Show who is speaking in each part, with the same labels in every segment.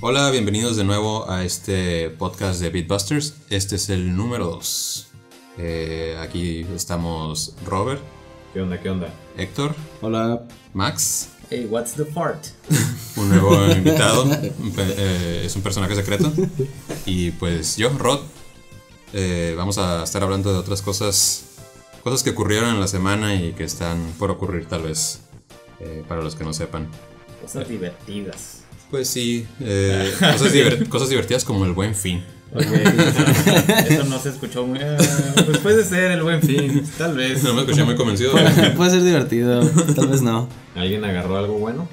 Speaker 1: Hola, bienvenidos de nuevo a este podcast de Beatbusters. Este es el número 2. aquí estamos Robert,
Speaker 2: ¿Qué onda? ¿Qué onda?
Speaker 1: Héctor,
Speaker 3: Hola.
Speaker 1: Max,
Speaker 4: Hey, what's the fart?
Speaker 1: un nuevo invitado, un pe- eh, es un personaje secreto, y pues yo, Rod. Eh, vamos a estar hablando de otras cosas, cosas que ocurrieron en la semana y que están por ocurrir tal vez, eh, para los que no sepan.
Speaker 4: Cosas divertidas.
Speaker 1: Pues sí, eh, cosas, diver- cosas divertidas como el buen fin.
Speaker 4: Ok, eso no se escuchó muy. eh, pues puede ser el buen fin, tal vez.
Speaker 1: No me escuché muy convencido.
Speaker 3: Puede ser divertido, tal vez no.
Speaker 2: ¿Alguien agarró algo bueno?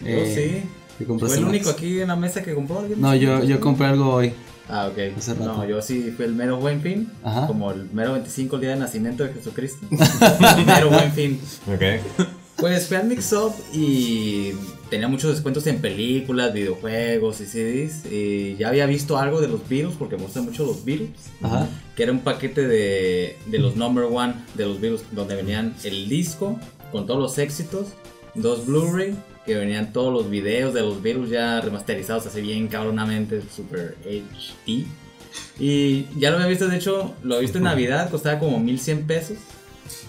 Speaker 4: Yo Oh, sí.
Speaker 3: ¿qué
Speaker 4: ¿Fue
Speaker 3: compraste,
Speaker 4: el
Speaker 3: Max?
Speaker 4: único aquí en la mesa que compró alguien?
Speaker 3: Eh, No, yo, yo compré algo hoy.
Speaker 4: Ah, ok.
Speaker 3: Hace rato.
Speaker 4: No, yo sí fui el mero buen fin.
Speaker 3: Ajá.
Speaker 4: Como el mero 25 el día de nacimiento de Jesucristo. El mero buen fin.
Speaker 2: Ok.
Speaker 4: Pues fui al Mix Up y tenía muchos descuentos en películas, videojuegos y CDs. Y ya había visto algo de los virus porque me gustan mucho los virus.
Speaker 3: Ajá.
Speaker 4: que era un paquete de, de los number one de los Beatles, donde venían el disco con todos los éxitos, dos Blu-ray, que venían todos los videos de los Beatles ya remasterizados así bien cabronamente, super HD. Y ya lo había visto, de hecho, lo he visto en Navidad, costaba como 1100 pesos.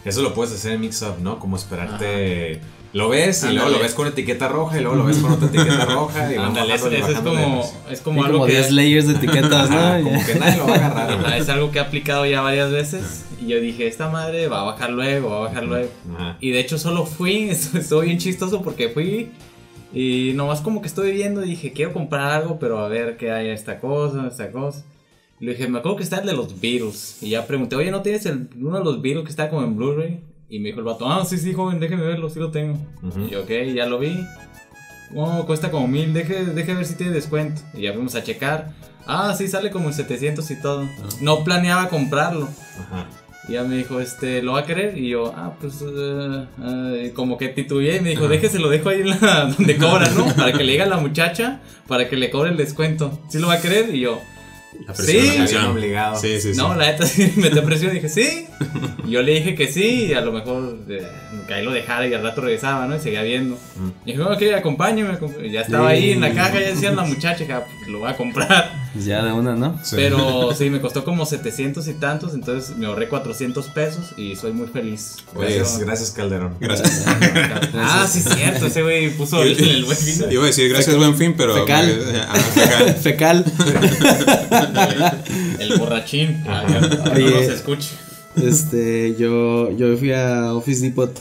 Speaker 2: Eso lo puedes hacer en Mix-Up, ¿no? Como esperarte... Lo ves y luego
Speaker 4: Ándale.
Speaker 2: lo ves con etiqueta roja y luego lo ves con otra etiqueta roja y vamos
Speaker 4: Ándale, eso
Speaker 2: bajándole,
Speaker 4: eso es
Speaker 2: bajándole.
Speaker 4: como, es como
Speaker 3: Como, y como
Speaker 4: algo que Ah,
Speaker 3: 10 layers de etiquetas,
Speaker 2: Ajá,
Speaker 3: ¿no?
Speaker 2: como que nadie lo va a agarrar.
Speaker 4: Ajá,
Speaker 2: güey.
Speaker 4: es algo que he aplicado ya varias veces y yo dije, esta madre va a bajar luego, va a bajar luego.
Speaker 2: Ajá.
Speaker 4: Y de hecho solo fui, estuvo bien chistoso porque fui y nomás como que estuve viendo y dije, quiero comprar algo, pero a ver qué hay esta cosa, esta cosa. Y le dije, me acuerdo que está el de los Beatles. Y ya pregunté, oye, ¿no tienes el, uno de los Beatles que está como en Blu-ray? Y me dijo el vato, ah, sí, sí, joven, déjeme verlo, sí lo tengo.
Speaker 2: Ujú.
Speaker 4: Y yo, ok, ya lo vi. Oh, cuesta como mil, deje, deje ver si tiene descuento. Y ya fuimos a checar. Ah, sí, sale como en 700 y todo. No planeaba comprarlo.
Speaker 2: Ajá.
Speaker 4: Y ya me dijo, este, ¿lo va a querer? Y yo, ah, pues, eh, eh, como que titubeé y me dijo, déjeselo, dejo ahí en la, donde cobra, ¿no? Para que le diga a la muchacha, para que le cobre el descuento. ¿Sí lo va a querer? Y yo,
Speaker 1: La
Speaker 4: Sí.
Speaker 1: la presión.
Speaker 2: Bien obligado.
Speaker 1: Sí, sí, sí.
Speaker 4: no, la neta sí, me te presión y dije, sí. Y yo le dije que sí, y a lo mejor eh, que ahí lo dejara y al rato regresaba, ¿no? Y seguía viendo.
Speaker 2: Mm.
Speaker 4: Y dije, ok, acompáñame. acom- y Ya estaba ahí en la caja, ya decía la muchacha, dije, "Ah, pues, lo voy a comprar.
Speaker 3: Pues ya de una, ¿no?
Speaker 1: Sí.
Speaker 4: Pero sí, me costó como 700 y tantos, entonces me ahorré 400 pesos y soy muy feliz.
Speaker 1: Oye,
Speaker 2: Gracias, gracias Calderón.
Speaker 1: Gracias.
Speaker 4: Ah, sí, cierto, ese güey puso el, el buen fin.
Speaker 1: Iba a decir gracias, buen fin, pero.
Speaker 3: Fecal.
Speaker 1: Ah, fecal.
Speaker 3: Fecal.
Speaker 4: El borrachín. Ah,
Speaker 3: Ajá.
Speaker 4: que no
Speaker 3: Oye.
Speaker 4: se escuche.
Speaker 3: Este, yo, yo fui a Office Depot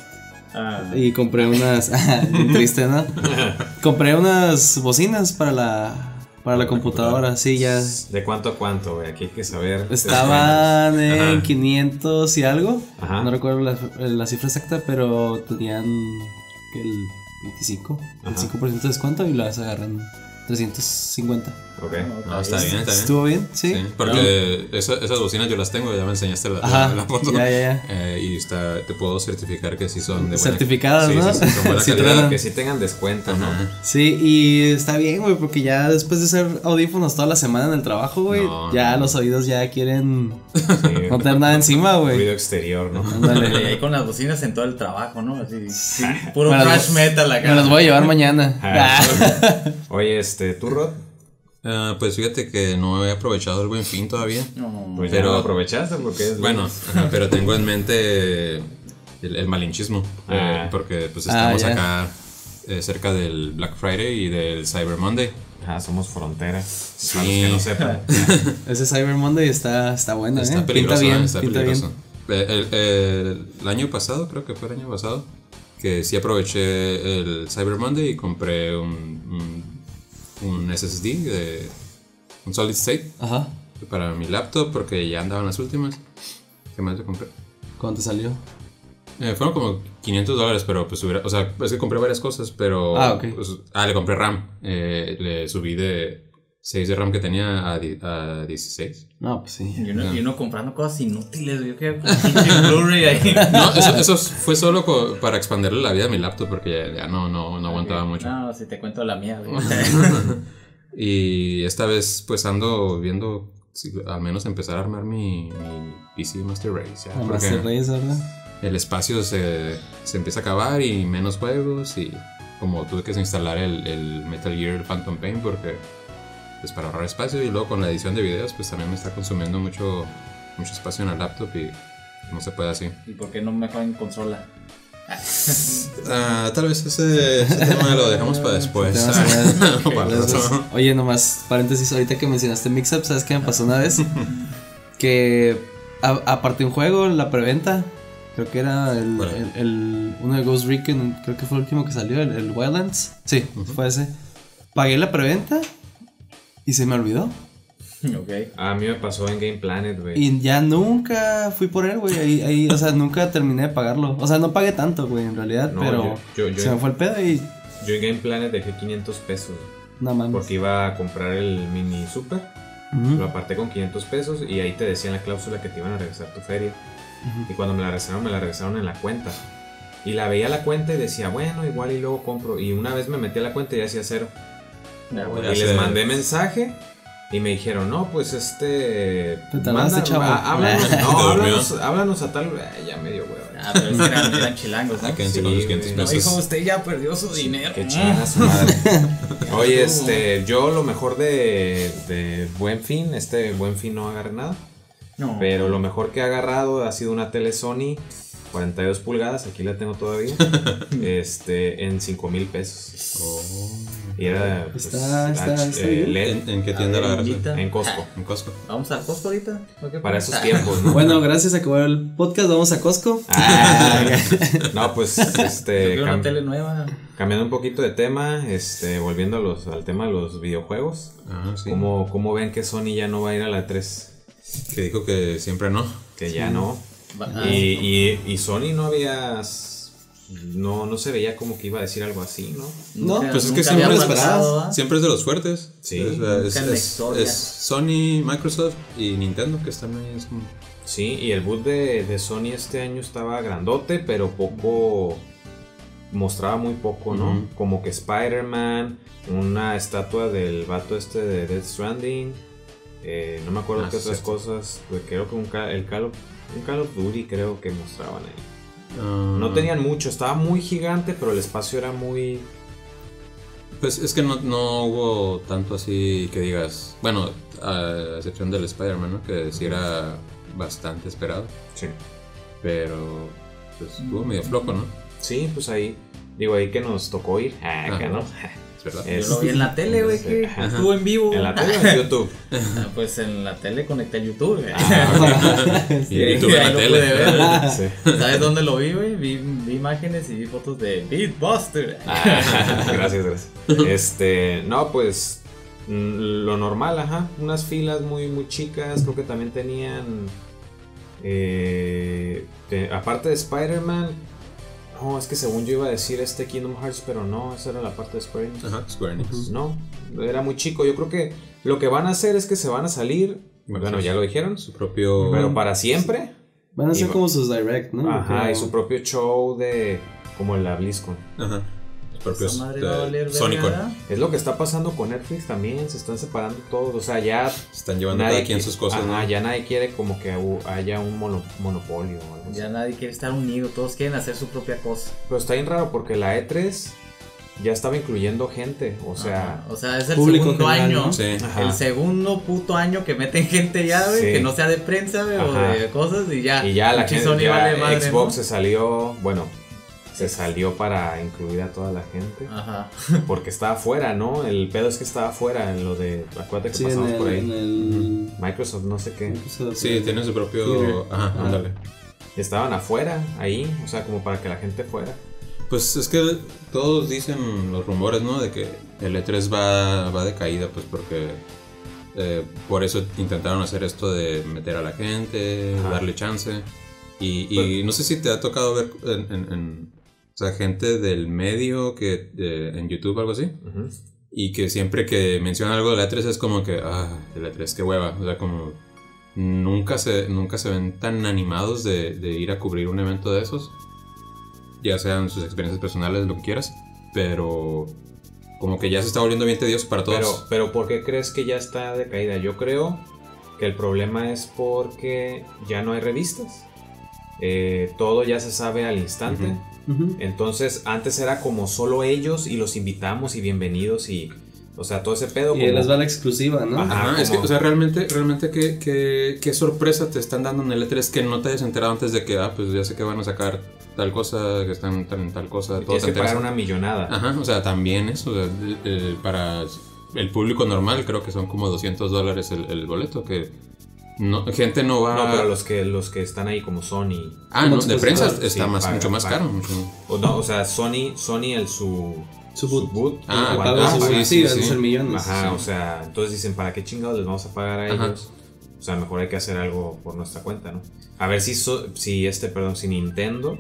Speaker 4: Ah,
Speaker 3: y compré unas. bien triste, ¿no? Compré unas bocinas para la. Para la computadora, sí, ya.
Speaker 2: ¿De cuánto a cuánto, güey? Aquí hay que saber.
Speaker 3: Estaban en
Speaker 2: Ajá.
Speaker 3: 500 y algo.
Speaker 2: Ajá.
Speaker 3: No recuerdo la, eh, la cifra exacta, pero tenían el 25, el
Speaker 2: Ajá.
Speaker 3: 5% de descuento y las agarran 350.
Speaker 2: Ok.
Speaker 1: No, está bien, está bien.
Speaker 3: ¿Estuvo bien? Sí.
Speaker 1: Sí, porque esa- esas bocinas yo las tengo, ya me enseñaste la, la-
Speaker 3: Ajá.
Speaker 1: la foto.
Speaker 3: Ya, ya,
Speaker 1: Eh, y está, te puedo certificar que sí son de buena
Speaker 3: Certificadas,
Speaker 1: sí,
Speaker 3: ¿no?
Speaker 1: Sí, sí, son buena
Speaker 3: Sí,
Speaker 1: calidad. eh.
Speaker 2: Que sí tengan descuento, ¿no?
Speaker 1: Ajá.
Speaker 3: Sí, y está bien, güey, porque ya después de hacer audífonos toda la semana en el trabajo, güey,
Speaker 1: No,
Speaker 3: ya
Speaker 1: no.
Speaker 3: los oídos ya quieren
Speaker 2: Sí.
Speaker 3: no tener nada encima,
Speaker 2: Ruido
Speaker 3: güey.
Speaker 2: exterior, ¿no?
Speaker 4: y
Speaker 3: Ándale.
Speaker 4: ahí con las bocinas en todo el trabajo, ¿no? Así, sí, puro
Speaker 3: Me las
Speaker 4: thrash
Speaker 3: voy-
Speaker 4: metal
Speaker 3: Me los
Speaker 4: acá.
Speaker 3: voy a llevar mañana.
Speaker 2: Ah.
Speaker 3: Ah.
Speaker 2: Oye, este, ¿tú, Rod?
Speaker 1: Ah, pues fíjate que no he aprovechado el buen fin todavía.
Speaker 4: No.
Speaker 2: Pues ya
Speaker 1: Pero-
Speaker 2: lo aprovechaste porque es
Speaker 1: Bueno, ajá, pero tengo en mente el, el malinchismo. eh,
Speaker 2: Ah.
Speaker 1: porque pues
Speaker 3: Ah,
Speaker 1: estamos
Speaker 3: ya.
Speaker 1: acá eh, cerca del Black Friday y del Cyber Monday.
Speaker 2: Ah, somos fronteras.
Speaker 1: Sí.
Speaker 2: Para los que no sepan.
Speaker 3: Ese Cyber Monday está, está bueno, ¿eh?
Speaker 1: Está
Speaker 3: Pinta
Speaker 1: peligroso,
Speaker 3: bien,
Speaker 1: está
Speaker 3: pinta
Speaker 1: peligroso.
Speaker 3: bien.
Speaker 1: Eh, El, el- el año pasado, creo que fue el año pasado, que sí aproveché el Cyber Monday y compré un, un, un SSD, de, un Solid State
Speaker 3: Ajá.
Speaker 1: para mi laptop porque ya andaban las últimas. ¿Qué más le compré?
Speaker 3: ¿Cuánto te salió?
Speaker 1: Eh, fueron como 500 dólares, pero pues hubiera... O sea, es que compré varias cosas, pero...
Speaker 3: Ah, ok.
Speaker 1: pues, ah, le compré RAM. Eh, le subí de 6 de RAM que tenía a, di- a 16.
Speaker 3: No, pues sí.
Speaker 4: Y uno, y uno comprando cosas inútiles, güey, yo quiero un pinche Blu-ray ahí.
Speaker 1: No, eso, eso fue solo co- para expandirle la vida a mi laptop porque ya, ya no, no, no aguantaba mucho.
Speaker 3: Ah.
Speaker 4: No, si te cuento la mía, güey.
Speaker 1: Y esta vez pues ando viendo si al menos empezar a armar mi, mi PC Master Race. ya,
Speaker 3: La
Speaker 1: porque
Speaker 3: Master Race, ¿verdad?
Speaker 1: el espacio se, se empieza a acabar y menos juegos y como tuve que instalar el, el Metal Gear Phantom Pain porque pues para ahorrar espacio y luego con la edición de videos pues también me está consumiendo mucho, mucho espacio en la laptop y no se puede así.
Speaker 4: ¿Y por qué no mejor en consola?
Speaker 1: Ah, tal vez ese, ese tema lo dejamos para después.
Speaker 3: Te vas a
Speaker 1: Ah, no,
Speaker 3: ver.
Speaker 1: para el
Speaker 3: Entonces,
Speaker 1: rato.
Speaker 3: Oye, nomás, paréntesis, ahorita que mencionaste Mixup, ¿sabes qué me pasó una vez? que a- aparte un juego, la preventa, creo que era el,
Speaker 1: Bueno.
Speaker 3: el- el- uno de Ghost Recon, creo que fue el último que salió, el, el Wildlands. Sí, fue ese. Pagué la preventa y se me olvidó.
Speaker 4: ok.
Speaker 2: A mí me pasó en Game Planet, güey.
Speaker 3: Y ya nunca fui por él, güey. Ahí, ahí, o sea, nunca terminé de pagarlo. O sea, no pagué tanto, güey, en realidad,
Speaker 2: No,
Speaker 3: pero
Speaker 2: yo- yo- yo-
Speaker 3: se me fue el pedo y
Speaker 2: Yo en Game Planet dejé 500 pesos
Speaker 3: nada más.
Speaker 2: porque iba a comprar el mini super. Lo aparté con 500 pesos y ahí te decían la cláusula que te iban a regresar tu feria. Y cuando me la regresaron, me la regresaron en la cuenta. Y la veía la cuenta y decía, bueno, igual y luego compro. Y una vez me metí a la cuenta y ya hacía cero.
Speaker 4: Ya, güey.
Speaker 1: Ya
Speaker 2: y
Speaker 1: sé.
Speaker 2: les mandé mensaje y me dijeron, no, pues este.
Speaker 3: Te tardaste, chavo.
Speaker 2: ah, háblanos,
Speaker 1: Te
Speaker 2: no,
Speaker 1: durmió.
Speaker 2: háblanos, háblanos a tal. Ay, ya me dio hueva.
Speaker 4: Ah, pero es que eran, eran chilangos, ¿no?
Speaker 1: Ah, quédense con los
Speaker 2: Sí,
Speaker 1: 500
Speaker 2: güey.
Speaker 4: No,
Speaker 1: pesos.
Speaker 4: hijo, usted ya perdió
Speaker 3: pues,
Speaker 4: su dinero.
Speaker 2: Qué
Speaker 4: Mm.
Speaker 2: chingada su madre. Oye, este, yo lo mejor de, de Buen Fin, este Buen Fin no agarré nada.
Speaker 4: Ah, No.
Speaker 2: Pero lo mejor que he agarrado ha sido una tele Sony 42 pulgadas, aquí la tengo todavía, este, en 5 mil pesos.
Speaker 1: Oh.
Speaker 2: Y era pues,
Speaker 3: Está- está-
Speaker 2: H-
Speaker 3: está
Speaker 2: eh,
Speaker 3: bien.
Speaker 2: LED
Speaker 1: ¿En, en qué
Speaker 4: A
Speaker 1: tienda
Speaker 4: ver,
Speaker 1: la agarraste?
Speaker 4: ahorita.
Speaker 2: en Costco.
Speaker 1: En Costco.
Speaker 4: Vamos al Costco ahorita. ¿o qué
Speaker 2: Para
Speaker 4: pasa?
Speaker 3: Ah.
Speaker 2: esos tiempos, ¿no?
Speaker 3: Bueno, gracias, acabó el podcast, vamos a Costco.
Speaker 2: Ah, no, pues este,
Speaker 4: Yo quiero
Speaker 2: cam-
Speaker 4: una tele nueva.
Speaker 2: cambiando un poquito de tema, este, volviendo a los, al tema de los videojuegos,
Speaker 1: Ah, sí.
Speaker 2: ¿cómo, ¿cómo ven que Sony ya no va a ir a la 3?
Speaker 1: Que dijo que siempre no.
Speaker 2: Que ya no.
Speaker 4: Va- ah,
Speaker 2: Y, y, y Sony no había... s- No, no se veía como que iba a decir algo así, ¿no?
Speaker 3: No,
Speaker 4: Nunca-
Speaker 1: Pues es que
Speaker 4: nunca había
Speaker 1: siempre es,
Speaker 4: pasado, ¿va?
Speaker 1: siempre es de los fuertes.
Speaker 2: Sí.
Speaker 1: Es, es-
Speaker 4: Nunca en la
Speaker 1: es-
Speaker 4: historia.
Speaker 1: es Sony, Microsoft y Nintendo que están ahí. Es como-
Speaker 2: Sí, y el boot de, de Sony este año estaba grandote, pero poco. Mostraba muy poco, ¿no?
Speaker 1: Ujú.
Speaker 2: Como que Spider-Man, una estatua del vato este de Death Stranding. eh, no me acuerdo
Speaker 1: Ah,
Speaker 2: qué
Speaker 1: sí,
Speaker 2: otras
Speaker 1: sí.
Speaker 2: cosas. pues, creo que un, ca- el Call of, un Call of Duty, creo que mostraban ahí.
Speaker 1: Ah,
Speaker 2: No tenían mucho, estaba muy gigante, pero el espacio era muy.
Speaker 1: Pues es que no, no hubo tanto así que digas. Bueno, a excepción del Spider-Man, ¿no? Que sí era bastante esperado.
Speaker 2: Sí.
Speaker 1: Pero pues estuvo medio flojo, ¿no?
Speaker 2: pues ahí. Digo, ahí que nos tocó ir. Ah,
Speaker 1: Ajá.
Speaker 2: que no.
Speaker 1: Es verdad.
Speaker 2: Eh,
Speaker 4: Yo lo vi en la tele, güey, que
Speaker 2: Ajá.
Speaker 4: estuvo en vivo.
Speaker 2: En la tele o en YouTube.
Speaker 4: Ah, pues en la tele conecté a YouTube. güey.
Speaker 2: Ah,
Speaker 1: Y y tú
Speaker 4: ahí
Speaker 1: en la
Speaker 4: lo
Speaker 1: tele.
Speaker 4: pude ver.
Speaker 2: Sí.
Speaker 4: ¿Sabes dónde lo vi, güey? Vi, vi imágenes y vi fotos de Beatbuster.
Speaker 2: Ah,
Speaker 1: Ah.
Speaker 2: gracias, gracias. Este, no, pues mm, lo normal, ajá. Unas filas muy, muy chicas. Creo que también tenían. eh, te- aparte de Spider-Man. No, es que según yo iba a decir este Kingdom Hearts, pero no, esa era la parte de Spider-Man. Pues,
Speaker 1: Ajá, Square Enix.
Speaker 2: No, era muy chico. Yo creo que lo que van a hacer es que se van a salir.
Speaker 1: Bueno, pues,
Speaker 2: Bueno,
Speaker 1: sí.
Speaker 2: ya lo dijeron.
Speaker 1: Su propio.
Speaker 2: Pero para siempre.
Speaker 3: Van a
Speaker 2: Y
Speaker 3: ser
Speaker 2: va-
Speaker 3: como sus direct,
Speaker 1: Mm,
Speaker 3: ¿no?
Speaker 2: Ajá,
Speaker 3: Como-
Speaker 2: y su propio show de. Como la BlizzCon.
Speaker 1: Ajá. Su propio. este,
Speaker 4: Esa madre
Speaker 2: eh,
Speaker 4: va a valer verga,
Speaker 1: Sonic.
Speaker 4: ¿verdad?
Speaker 2: Es lo que está pasando con Netflix también, se están separando todos, o sea, ya
Speaker 1: Están llevando cada quien sus cosas,
Speaker 2: ajá,
Speaker 1: ¿no?
Speaker 2: ya nadie quiere como que hu- haya un mono- monopolio o algo así.
Speaker 4: Ya nadie quiere estar unido, todos quieren hacer su propia cosa.
Speaker 2: Pero está bien raro porque la E3 ya estaba incluyendo gente, o sea,
Speaker 4: Ajá. o sea, es el
Speaker 3: público
Speaker 4: segundo
Speaker 3: general,
Speaker 4: año.
Speaker 3: ¿no?
Speaker 1: Sí.
Speaker 2: Ajá.
Speaker 4: El segundo puto año que meten gente ya, güey,
Speaker 2: Sí.
Speaker 4: que no sea de prensa, güey, o
Speaker 2: Ajá.
Speaker 4: de cosas y ya.
Speaker 2: y ya la
Speaker 4: Pinche
Speaker 2: gente
Speaker 4: Sony
Speaker 2: ya
Speaker 4: vale madre,
Speaker 2: Xbox
Speaker 4: ¿no?
Speaker 2: se salió, bueno, se salió para incluir a toda la gente
Speaker 4: Ajá.
Speaker 2: porque estaba afuera, ¿no? El pedo es que estaba afuera en lo de acuérdate que
Speaker 3: Sí, en
Speaker 2: pasamos
Speaker 3: el.
Speaker 2: por ahí.
Speaker 3: en el-
Speaker 2: Microsoft no sé qué.
Speaker 3: Microsoft.
Speaker 1: Sí, Ah. tiene su propio.
Speaker 3: Twitter.
Speaker 1: Ajá,
Speaker 3: Ajá.
Speaker 1: ándale.
Speaker 2: Estaban afuera ahí, o sea, como para que la gente fuera.
Speaker 1: Pues es que todos dicen los rumores, ¿no? De que el E3 va, va de caída, pues porque eh, por eso intentaron hacer esto de meter a la gente,
Speaker 2: Ajá.
Speaker 1: darle chance. Y, y
Speaker 2: Pues-
Speaker 1: no sé si te ha tocado ver en, en- en- o sea, gente del medio que eh, en YouTube algo así.
Speaker 2: Ujú.
Speaker 1: Y que siempre que menciona algo de la E3 es como que, ah, de la E3, qué hueva. O sea, como nunca se, nunca se ven tan animados de, de ir a cubrir un evento de esos. Ya sean sus experiencias personales, lo que quieras. Pero como que ya se está volviendo bien tedioso para
Speaker 2: Pero,
Speaker 1: todos.
Speaker 2: pero ¿por qué crees que ya está de caída? Yo creo que el problema es porque ya no hay revistas. Eh, todo ya se sabe al instante.
Speaker 1: Ujú.
Speaker 3: Ujú.
Speaker 2: Entonces, antes era como solo ellos y los invitamos y bienvenidos y O sea, todo ese pedo.
Speaker 3: Y
Speaker 2: como-
Speaker 3: él les va la exclusiva, ¿no?
Speaker 2: Ajá.
Speaker 1: Ajá, es que,
Speaker 2: como-
Speaker 1: o sea, realmente, realmente, ¿qué, qué, qué sorpresa te están dando en el E3 que no te hayas enterado antes de que, ah, pues ya sé que van a sacar tal cosa, que están tal, tal cosa, todo
Speaker 2: Tienes
Speaker 1: te
Speaker 2: que
Speaker 1: enteras.
Speaker 2: pagar una millonada.
Speaker 3: Ah.
Speaker 1: Ajá, o sea, también eso, o sea, el- el- para el público normal creo que son como 200 dólares el, el boleto, que no, gente no va...
Speaker 2: No, pero los que, los que están ahí como Sony.
Speaker 1: Ah, no,
Speaker 3: Los
Speaker 1: de prensa
Speaker 3: expositores,
Speaker 1: está
Speaker 2: sí,
Speaker 1: más,
Speaker 2: pagan,
Speaker 1: mucho más
Speaker 2: pagan.
Speaker 1: caro. mucho-
Speaker 2: O, no, o sea, Sony, Sony el su.
Speaker 3: Su
Speaker 1: Ah,
Speaker 3: boot.
Speaker 2: el
Speaker 3: Ah,
Speaker 1: ah,
Speaker 2: guardado,
Speaker 1: sí,
Speaker 2: pagan.
Speaker 3: sí,
Speaker 1: sí,
Speaker 3: sí,
Speaker 1: sí.
Speaker 3: van a ser millones.
Speaker 2: Ajá,
Speaker 4: Pues,
Speaker 2: o sea, entonces dicen, ¿para qué chingados les vamos a pagar a
Speaker 1: Ajá.
Speaker 2: ellos? O sea, mejor hay que hacer algo por nuestra cuenta, ¿no? A ver si, so- si este, perdón, si Nintendo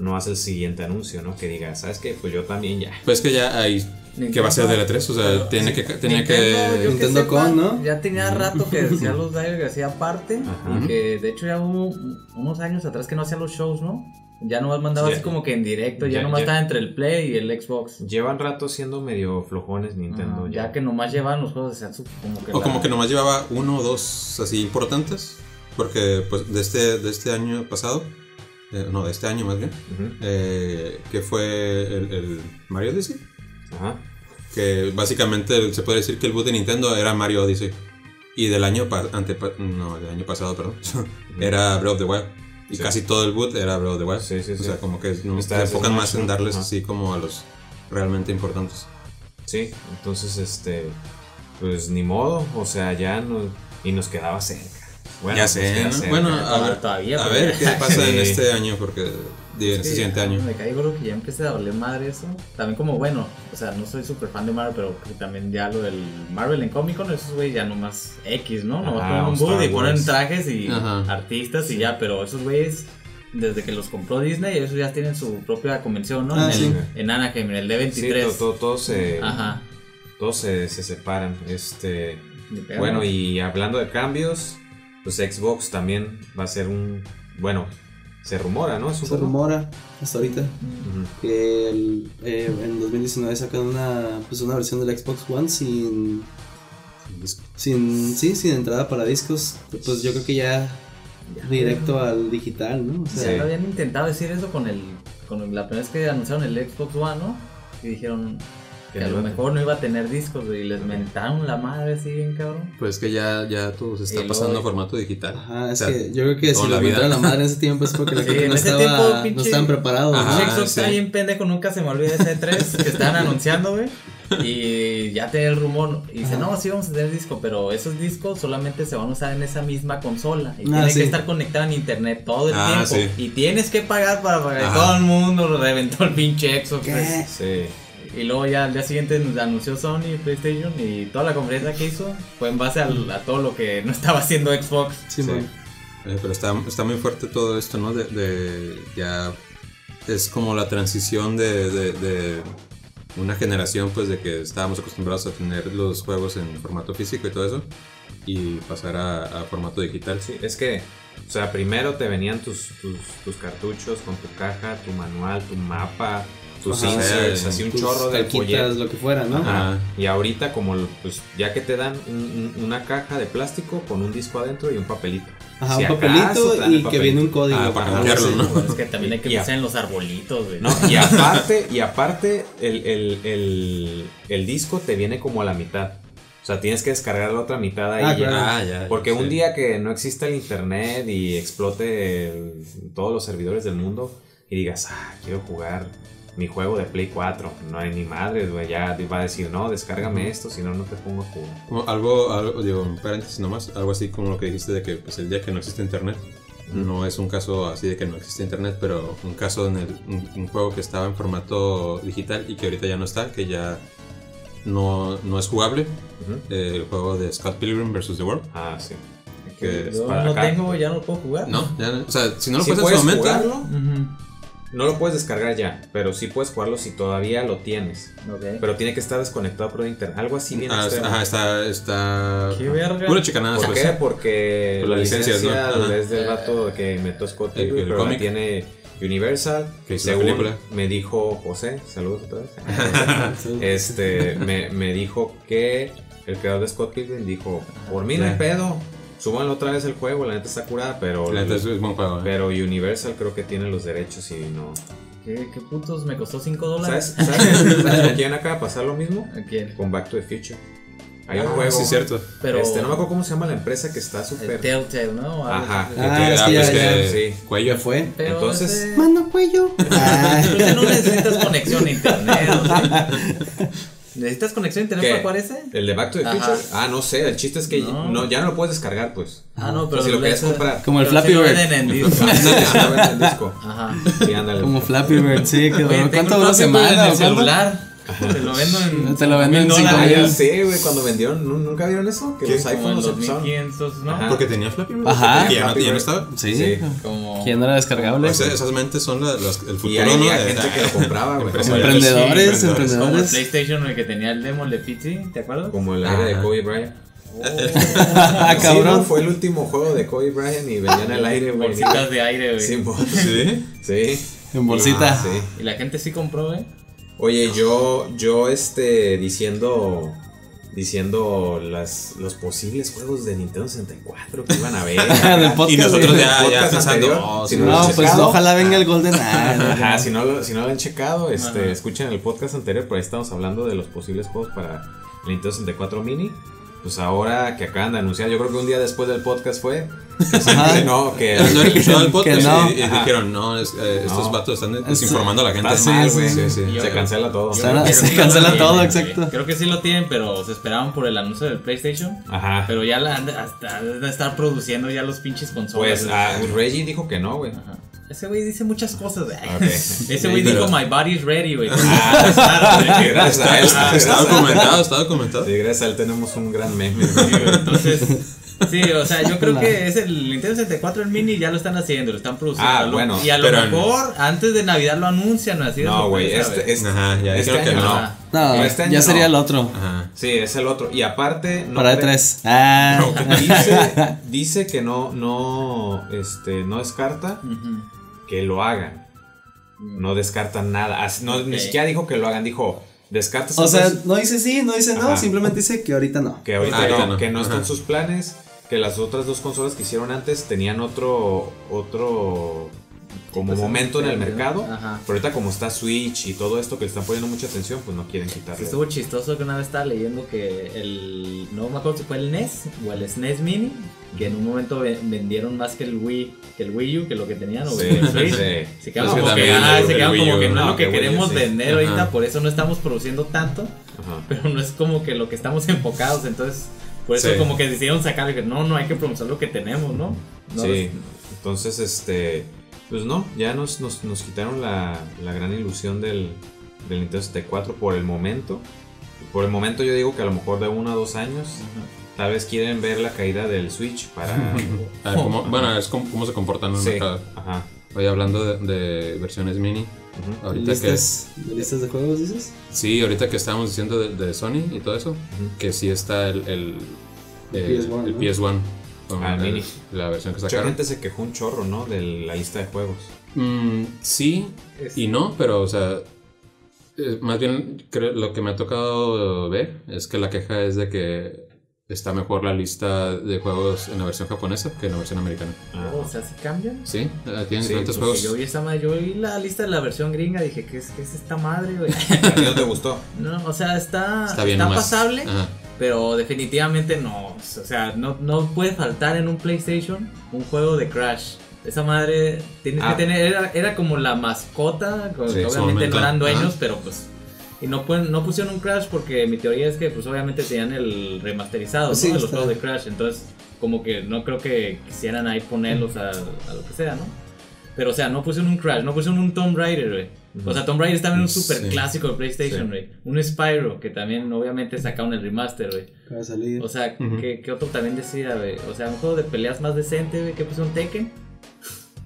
Speaker 2: no hace el siguiente anuncio, ¿no? Que diga, ¿sabes qué? Pues yo también ya.
Speaker 1: Pues que ya hay... que va a ser de la 3? O sea,
Speaker 4: Pero-
Speaker 1: tiene que... Tiene
Speaker 4: yo
Speaker 1: que...
Speaker 4: que
Speaker 3: Nintendo
Speaker 4: sepa,
Speaker 3: Con, ¿no?
Speaker 4: Ya tenía rato que decía los live que hacía aparte.
Speaker 2: Ajá.
Speaker 4: Y que de hecho ya hubo unos años atrás que no hacía los shows, ¿no? Ya nomás mandaba
Speaker 2: Ya.
Speaker 4: así como que en directo, ya,
Speaker 2: Ya-
Speaker 4: nomás
Speaker 2: ya.
Speaker 4: estaba entre el Play y el Xbox.
Speaker 2: Llevan rato siendo medio flojones Nintendo.
Speaker 4: Ajá, ya que nomás llevaban los juegos de Samsung como que
Speaker 1: O
Speaker 4: la-
Speaker 1: como que nomás llevaba uno o dos así importantes, porque pues de este, de este año pasado, eh, no, de este año más bien,
Speaker 2: Ujú,
Speaker 1: eh, que fue el, el Mario Odyssey,
Speaker 2: Ajá.
Speaker 1: que básicamente se puede decir que el boot de Nintendo era Mario Odyssey. Y del año, pa- antepa- no, del año pasado, perdón, era Breath of the Wild. Y
Speaker 2: Sí.
Speaker 1: casi todo el boot era Breath of the Wild.
Speaker 2: Sí, sí,
Speaker 1: o
Speaker 2: sí.
Speaker 1: sea, como que no, se
Speaker 2: Está
Speaker 1: enfocan
Speaker 2: Smash,
Speaker 1: más en
Speaker 2: ¿no?
Speaker 1: darles
Speaker 2: Ajá.
Speaker 1: así como a los realmente importantes.
Speaker 2: Sí, entonces, este. Pues ni modo, o sea, ya no. Y nos quedaba cerca. Bueno,
Speaker 1: ya
Speaker 2: nos
Speaker 1: sé,
Speaker 2: queda
Speaker 1: ¿no?
Speaker 2: cerca.
Speaker 1: Bueno, a
Speaker 4: Todavía,
Speaker 1: ver,
Speaker 4: todavía,
Speaker 1: a
Speaker 4: pero-
Speaker 1: ver qué pasa en
Speaker 2: Sí.
Speaker 1: este año, porque en este
Speaker 4: Sí,
Speaker 1: siguiente
Speaker 4: ah,
Speaker 1: año.
Speaker 4: Me caí gordo que ya empecé a valer madre eso. También como, bueno, o sea, no soy súper fan de Marvel, pero que también ya lo del Marvel en Comic Con, esos güey ya nomás X, ¿no? Nomás
Speaker 2: Ajá,
Speaker 4: ponen un
Speaker 2: o
Speaker 4: boot
Speaker 2: Star
Speaker 4: y ponen
Speaker 2: Wars.
Speaker 4: trajes y
Speaker 1: Ajá.
Speaker 4: artistas y ya, pero esos güeyes, desde que los compró Disney, ellos ya tienen su propia convención, ¿no?
Speaker 3: Ah,
Speaker 4: en,
Speaker 3: sí.
Speaker 4: el, en Anaheim, en el
Speaker 2: Sí,
Speaker 4: D23.
Speaker 2: todo, todo- todo se.
Speaker 4: Ajá.
Speaker 2: Todos se, se separan. Este.
Speaker 4: Ni pedo.
Speaker 2: Bueno, y hablando de cambios, pues Xbox también va a ser un. Bueno, se rumora, ¿no? Es un
Speaker 3: Se
Speaker 2: poco-
Speaker 3: rumora hasta ahorita
Speaker 2: Ujú.
Speaker 3: que el, eh, en 2019 sacan una, pues una versión del Xbox One sin,
Speaker 1: Pues,
Speaker 3: sin, sí, sin entrada para discos. Pues yo creo que ya directo al digital, ¿no? O
Speaker 4: Ya
Speaker 3: sea,
Speaker 4: lo habían intentado decir eso con el con la primera vez que anunciaron el Xbox One, ¿no? Y dijeron que,
Speaker 2: Que
Speaker 4: a
Speaker 2: no
Speaker 4: lo
Speaker 2: iba a
Speaker 4: mejor no iba a tener discos güey, y les mentaron la madre así bien cabrón.
Speaker 1: Pues que ya, ya todo se
Speaker 4: Y
Speaker 1: está
Speaker 4: luego-
Speaker 1: pasando a formato digital.
Speaker 3: ajá, es
Speaker 1: O sea,
Speaker 3: que yo creo que
Speaker 1: toda
Speaker 3: si
Speaker 1: la
Speaker 3: lo
Speaker 1: vida.
Speaker 3: mandaron a la madre en ese tiempo es porque la
Speaker 4: Sí,
Speaker 3: gente
Speaker 4: en
Speaker 3: no,
Speaker 4: ese
Speaker 3: estaba,
Speaker 4: tiempo, pinche-
Speaker 3: no estaban preparados,
Speaker 1: Ajá.
Speaker 3: ¿no?
Speaker 4: el Xbox
Speaker 1: sí.
Speaker 4: está bien pendejo, nunca se me olvida ese 3 que estaban anunciando, güey. Y ya tenía el rumor y dice,
Speaker 3: Ajá.
Speaker 4: no, sí vamos a tener disco, pero esos discos solamente se van a usar en esa misma consola. Y
Speaker 3: Ah,
Speaker 4: tiene
Speaker 3: sí.
Speaker 4: que estar conectado en internet todo el
Speaker 1: Ah,
Speaker 4: tiempo.
Speaker 1: sí.
Speaker 4: Y tienes que pagar para pagar.
Speaker 1: Ajá.
Speaker 4: Todo el mundo lo reventó el pinche Xbox. güey.
Speaker 3: ¿Qué?
Speaker 2: Sí.
Speaker 4: Y luego ya al día siguiente nos anunció Sony PlayStation y toda la conferencia que hizo fue en base al- a todo lo que no estaba haciendo Xbox.
Speaker 3: Sí,
Speaker 2: Sí.
Speaker 3: man.
Speaker 1: Eh, pero está, está muy fuerte todo esto, ¿no? De, de- ya es como la transición de, de- de una generación, pues, de que estábamos acostumbrados a tener los juegos en formato físico y todo eso, y pasar a, a formato digital.
Speaker 2: Sí, es que, o sea, primero te venían tus, tus, tus cartuchos con tu caja, tu manual, tu mapa, tus
Speaker 3: Ajá.
Speaker 2: inserts,
Speaker 1: Sí,
Speaker 2: así un
Speaker 3: Tus
Speaker 2: chorro de
Speaker 3: calquitas,
Speaker 2: folletos.
Speaker 3: lo que fuera, ¿no?
Speaker 2: Ajá.
Speaker 1: Ajá.
Speaker 2: Y ahorita como pues ya que te dan un- un- una caja de plástico con un disco adentro y un papelito.
Speaker 3: Ajá,
Speaker 2: Si
Speaker 3: un
Speaker 2: acaso te
Speaker 3: papelito
Speaker 2: dan
Speaker 3: y
Speaker 2: el
Speaker 3: que
Speaker 2: papelito.
Speaker 3: viene un código.
Speaker 1: Ah, para
Speaker 3: Ajá,
Speaker 1: cambiarlo,
Speaker 3: sí.
Speaker 1: ¿no?
Speaker 4: Pues es que también hay que
Speaker 2: Ya.
Speaker 4: pensar en los arbolitos, güey.
Speaker 2: No, y aparte, y aparte el, el- el- el disco te viene como a la mitad. O sea, tienes que descargar la otra mitad ahí.
Speaker 3: Ah, claro.
Speaker 1: ya.
Speaker 2: Porque
Speaker 1: sí.
Speaker 2: un día que no exista el internet y explote el- todos los servidores del mundo y digas, ah, quiero jugar mi juego de Play 4, no hay ni madre, güey, ya te va a decir, no, descárgame esto, si no, no te pongo a jugar.
Speaker 1: Como algo, algo, digo, un paréntesis nomás, algo así como lo que dijiste de que pues, el día que no existe internet, no es un caso así de que no existe internet, pero un caso en el, un, un juego que estaba en formato digital y que ahorita ya no está, que ya no, no es jugable,
Speaker 2: Ujú.
Speaker 1: eh, el juego de Scott Pilgrim vs. The World.
Speaker 2: Ah, sí.
Speaker 1: que es
Speaker 4: Yo
Speaker 2: para
Speaker 4: no
Speaker 2: acá.
Speaker 4: tengo, ya no lo puedo jugar.
Speaker 1: No, ya, no- o sea, si no lo
Speaker 2: Sí
Speaker 1: juegas en
Speaker 2: puedes
Speaker 1: su momento, ah,
Speaker 2: jugarlo,
Speaker 4: Ujú.
Speaker 2: no lo puedes descargar ya, pero sí puedes jugarlo si todavía lo tienes.
Speaker 4: Ok.
Speaker 2: Pero tiene que estar desconectado por internet, algo así bien
Speaker 1: ah,
Speaker 2: extremo.
Speaker 1: ajá, está, está
Speaker 4: Qué verga.
Speaker 1: pura chicanada.
Speaker 2: ¿Por qué? Porque
Speaker 1: Por
Speaker 2: la
Speaker 1: las
Speaker 2: licencia
Speaker 1: licencias, ¿no? Ajá.
Speaker 2: es del vato que inventó Scott
Speaker 1: El-
Speaker 2: Pilgrim,
Speaker 1: el
Speaker 2: pero
Speaker 1: cómic.
Speaker 2: la tiene Universal.
Speaker 1: Que hizo la
Speaker 2: según
Speaker 1: película.
Speaker 2: me dijo José, saludos otra vez. este, me, me dijo que el creador de Scott Pilgrim dijo, por mí no hay
Speaker 1: Ya.
Speaker 2: pedo, súbanlo otra vez el juego, la neta está curada, pero,
Speaker 1: La neta es, es buen juego. ¿eh?
Speaker 2: pero Universal creo que tiene los derechos y no,
Speaker 4: ¿Qué, qué putos? Me costó 5 dólares.
Speaker 2: ¿Sabes, ¿sabes, sabes con quién acaba de pasar lo mismo?
Speaker 4: ¿A quién?
Speaker 2: Con Back to the Future. Hay un
Speaker 1: Ah,
Speaker 2: juego.
Speaker 1: Sí, cierto.
Speaker 4: Pero.
Speaker 2: Este, no me acuerdo cómo se llama la empresa que está
Speaker 4: el
Speaker 2: súper.
Speaker 4: Telltale, ¿no?
Speaker 2: Ajá.
Speaker 1: Que-
Speaker 3: Ah,
Speaker 1: que-
Speaker 3: es
Speaker 1: ah,
Speaker 3: que ya-
Speaker 1: pues que-
Speaker 2: ya. Sí.
Speaker 1: Cuello.
Speaker 3: Ya fue.
Speaker 4: Pero este,
Speaker 2: Entonces-
Speaker 4: ese-
Speaker 3: Mando cuello. Ah,
Speaker 4: Pero ese no necesitas conexión a internet. o sea. ¿Necesitas conexión a internet
Speaker 2: ¿Qué?
Speaker 4: para jugar ese?
Speaker 2: ¿El de Back to the
Speaker 4: Ajá.
Speaker 2: Future? Ah, no sé. El chiste es que
Speaker 4: No.
Speaker 2: no, ya no lo puedes descargar, pues.
Speaker 4: Ah, no,
Speaker 2: O sea,
Speaker 4: pero.
Speaker 2: si lo
Speaker 4: de
Speaker 2: querías
Speaker 4: ese-
Speaker 2: comprar.
Speaker 3: Como el
Speaker 4: pero sí
Speaker 3: Flappy
Speaker 4: lo
Speaker 3: Bird.
Speaker 4: venden en disco.
Speaker 2: Ándale, anda a ver el disco.
Speaker 4: Ajá.
Speaker 2: Sí, ándale.
Speaker 3: como Flappy Bird, sí. Que
Speaker 4: Oye,
Speaker 3: duró-
Speaker 4: tengo
Speaker 3: ¿Cuánto
Speaker 4: un
Speaker 3: duró
Speaker 4: Flappy Bird
Speaker 3: semana?
Speaker 4: en
Speaker 3: o
Speaker 4: el
Speaker 3: cuánto?
Speaker 4: celular. Te lo vendo en.
Speaker 3: Te lo venden en
Speaker 4: mil
Speaker 3: cinco
Speaker 2: Ah,
Speaker 4: dólares.
Speaker 2: ya
Speaker 3: mil.
Speaker 2: sé, güey. Cuando vendieron, ¿nu- ¿nunca vieron eso? Que
Speaker 1: ¿Qué?
Speaker 2: los
Speaker 4: Como en
Speaker 2: iPhones los empezaron.
Speaker 4: 2500, ¿no?
Speaker 2: Ajá.
Speaker 1: Porque tenía Flappy Bird.
Speaker 3: Ajá.
Speaker 1: Que ya no,
Speaker 2: Flappy
Speaker 1: ya no
Speaker 2: Bird.
Speaker 1: estaba.
Speaker 3: Sí.
Speaker 2: Sí.
Speaker 4: Como.
Speaker 3: ¿Quién no era descargable?
Speaker 1: O sea, esas mentes son la- las- el
Speaker 2: Y
Speaker 1: futuro,
Speaker 2: hay
Speaker 1: ¿no? ah.
Speaker 2: había
Speaker 1: De-
Speaker 2: gente que lo compraba, güey.
Speaker 1: Empresa.
Speaker 2: como el-
Speaker 3: Emprendedores,
Speaker 1: Sí, emprendedores.
Speaker 4: Como el
Speaker 3: emprendedores.
Speaker 4: PlayStation, el que tenía el demo el de Pizzi, ¿te acuerdas? Oh.
Speaker 2: Como el aire de Kobe Bryant.
Speaker 3: Ah,
Speaker 2: Sí, ¿no?
Speaker 3: cabrón.
Speaker 2: Fue el último juego de Kobe Bryant y venían al aire, güey.
Speaker 4: Bolsitas de aire, güey.
Speaker 2: Sí, mo-
Speaker 1: Sí.
Speaker 2: sí.
Speaker 3: En bolsita.
Speaker 2: Ah, sí.
Speaker 4: Y la gente sí compró, güey.
Speaker 2: Oye, yo, yo este, diciendo, diciendo las, los posibles juegos de Nintendo 64 que iban a ver.
Speaker 3: Del podcast.
Speaker 1: Y nosotros
Speaker 2: del
Speaker 1: ya, ya
Speaker 2: podcast
Speaker 1: pensando.
Speaker 2: anterior,
Speaker 1: no,
Speaker 2: si
Speaker 1: sí,
Speaker 3: No,
Speaker 1: sí.
Speaker 3: pues
Speaker 2: checado.
Speaker 3: ojalá venga el Golden Eye.
Speaker 2: Ajá, si no, lo, si no lo han checado, este,
Speaker 4: Ajá.
Speaker 2: escuchen el podcast anterior, por ahí estamos hablando de los posibles juegos para el Nintendo 64 Mini. Pues ahora que acaban de anunciar, yo creo que un día después del podcast fue. que se-
Speaker 3: Ajá.
Speaker 2: no, que
Speaker 1: No habían escuchado el podcast
Speaker 3: Que
Speaker 1: y,
Speaker 3: no.
Speaker 1: y
Speaker 2: Ajá.
Speaker 1: dijeron, no, es- eh, estos
Speaker 2: No.
Speaker 1: vatos están
Speaker 3: Es-
Speaker 1: desinformando a la gente.
Speaker 2: está mal, güey.
Speaker 1: Sí, sí.
Speaker 4: Y
Speaker 2: Se
Speaker 4: ahora-
Speaker 2: cancela todo.
Speaker 3: O sea,
Speaker 4: Creo
Speaker 3: se
Speaker 4: que
Speaker 3: cancela
Speaker 4: sí lo
Speaker 3: todo,
Speaker 4: tienen,
Speaker 3: exacto.
Speaker 4: güey. Creo que sí lo tienen, pero se esperaban por el anuncio del PlayStation.
Speaker 2: Ajá.
Speaker 4: Pero ya la han de, hasta han de estar produciendo ya los pinches consolas.
Speaker 2: Pues
Speaker 4: güey.
Speaker 2: ah, Reggie dijo que no, güey.
Speaker 4: Ajá. Ese güey dice muchas cosas, güey.
Speaker 2: Ok. Ah,
Speaker 4: Ese güey
Speaker 1: Pero-
Speaker 4: dijo, my body's ready, güey.
Speaker 2: Gracias a él.
Speaker 1: Está, está documentado, está documentado.
Speaker 2: Sí, gracias a él tenemos un gran meme.
Speaker 4: Entonces, sí, o sea, yo creo que es el Nintendo 64, el mini, ya lo están haciendo, lo están produciendo.
Speaker 2: Ah,
Speaker 4: A lo-
Speaker 2: bueno,
Speaker 4: y a lo
Speaker 1: pero-
Speaker 4: mejor antes de Navidad lo anuncian, así de
Speaker 2: No, güey,
Speaker 4: sorpresa,
Speaker 2: este, este,
Speaker 1: Ajá, ya
Speaker 2: este
Speaker 1: dijeron que
Speaker 2: año
Speaker 1: no.
Speaker 2: no.
Speaker 3: No,
Speaker 2: Este año
Speaker 3: ya sería
Speaker 2: no.
Speaker 3: el otro.
Speaker 1: Ajá.
Speaker 2: Sí, es el otro. Y aparte, no
Speaker 3: Para
Speaker 2: cre-
Speaker 3: E3. Ah,
Speaker 2: Dice, dice que no, no, este, no descarta
Speaker 4: Ujú.
Speaker 2: que lo hagan. No descarta nada. Así- no, Ni
Speaker 4: Ok.
Speaker 2: siquiera dijo que lo hagan, dijo, descarta
Speaker 3: o sea, no dice sí, no dice no,
Speaker 2: Ajá.
Speaker 3: simplemente dice que ahorita no.
Speaker 2: que ahorita
Speaker 1: Ah,
Speaker 2: no,
Speaker 1: ahorita no.
Speaker 2: que no están
Speaker 1: Ajá.
Speaker 2: sus planes, que las otras dos consolas que hicieron antes tenían otro, otro como
Speaker 4: Pues,
Speaker 2: momento en el
Speaker 4: ajá.
Speaker 2: mercado.
Speaker 4: Ajá.
Speaker 2: Pero ahorita como está Switch y todo esto que le están poniendo mucha atención, pues no quieren
Speaker 4: Sí,
Speaker 2: quitarlo.
Speaker 4: estuvo chistoso que una vez estaba leyendo que el. No me acuerdo si fue el NES o el SNES Mini. Que en un momento ve- vendieron más que el Wii, que el Wii U, que lo que tenían. O
Speaker 2: Sí,
Speaker 4: el Switch.
Speaker 2: sí.
Speaker 4: Se quedan
Speaker 1: Es que
Speaker 4: como que,
Speaker 1: también
Speaker 4: ah,
Speaker 1: el-
Speaker 4: se
Speaker 1: el
Speaker 4: quedan
Speaker 1: Wii
Speaker 4: como
Speaker 1: U,
Speaker 4: que no es
Speaker 2: ¿no?
Speaker 4: lo que
Speaker 2: Que Wii U,
Speaker 4: queremos
Speaker 2: sí.
Speaker 4: vender ahorita,
Speaker 1: Ajá.
Speaker 4: por eso no estamos produciendo tanto,
Speaker 2: Ajá.
Speaker 4: pero no es como que lo que estamos enfocados, entonces por eso
Speaker 1: Sí.
Speaker 4: como que decidieron sacar, que no, no hay que promocionar lo que tenemos, ¿no? No, pues,
Speaker 2: sí, entonces este, pues no, ya nos, nos, nos quitaron la, la gran ilusión del, del Nintendo 64 por el momento. Por el momento yo digo que a lo mejor de uno a dos años, tal vez quieren ver la caída del Switch para...
Speaker 1: A ver, Ah, cómo- bueno, es como- cómo se comportan en el
Speaker 2: sí,
Speaker 1: mercado.
Speaker 2: ajá.
Speaker 1: Oye, hablando de, de versiones mini,
Speaker 2: ujú, Este
Speaker 1: ahorita que,
Speaker 3: ¿Listas, ¿Listas de juegos dices?
Speaker 1: sí, ahorita que estábamos diciendo de, de Sony y todo eso,
Speaker 2: ujú.
Speaker 1: que sí está el, el,
Speaker 3: El
Speaker 1: el-
Speaker 3: PS1,
Speaker 1: el
Speaker 3: ¿no?
Speaker 1: PS1, con
Speaker 2: Ah, el
Speaker 1: el-
Speaker 2: mini.
Speaker 1: la versión que
Speaker 2: Mucha
Speaker 1: sacaron.
Speaker 2: gente se quejó un chorro, ¿no? De la lista de juegos.
Speaker 1: Mm, sí
Speaker 4: Es-
Speaker 1: y no, pero o sea, eh, más bien creo- lo que me ha tocado ver es que la queja es de que está mejor la lista de juegos en la versión japonesa que en la versión americana.
Speaker 2: Ajá.
Speaker 4: o sea, si cambian.
Speaker 1: Sí, eh, tienen
Speaker 2: Sí,
Speaker 1: diferentes
Speaker 2: pues,
Speaker 1: juegos.
Speaker 4: ah. Yo vi esta madre, yo vi la lista de la versión gringa, dije, ¿qué es, qué es esta madre, güey?
Speaker 2: ¿A ti no te gustó?
Speaker 4: No, o sea, está,
Speaker 1: Está bien nomás.
Speaker 4: pasable,
Speaker 1: Ajá.
Speaker 4: pero definitivamente no. pues, O sea, no, no puede faltar en un PlayStation un juego de Crash. Esa madre tienes
Speaker 2: Ah.
Speaker 4: que tener, era, era como la mascota, como
Speaker 2: Sí,
Speaker 4: que
Speaker 1: en su
Speaker 4: obviamente
Speaker 1: momento,
Speaker 4: no eran dueños,
Speaker 1: ajá.
Speaker 4: pero pues. Y no, pueden- no pusieron un Crash porque mi teoría es que pues obviamente tenían el remasterizado
Speaker 3: Pues
Speaker 4: ¿no?
Speaker 3: sí,
Speaker 4: de los
Speaker 3: está.
Speaker 4: juegos de Crash. Entonces, como que no creo que quisieran ahí ponerlos a, a lo que sea, ¿no? Pero, o sea, no pusieron un Crash, no pusieron un Tomb Raider, güey. O sea, Tomb Raider es también un
Speaker 1: Sí.
Speaker 4: super clásico de PlayStation,
Speaker 2: Sí.
Speaker 4: güey. Un Spyro, que también obviamente sacaron el remaster, güey.
Speaker 3: Acaba de salir.
Speaker 4: O sea,
Speaker 1: Ujú.
Speaker 4: ¿qué, qué otro también decía, güey? O sea, un juego de peleas más decente, güey. ¿Qué pusieron Tekken?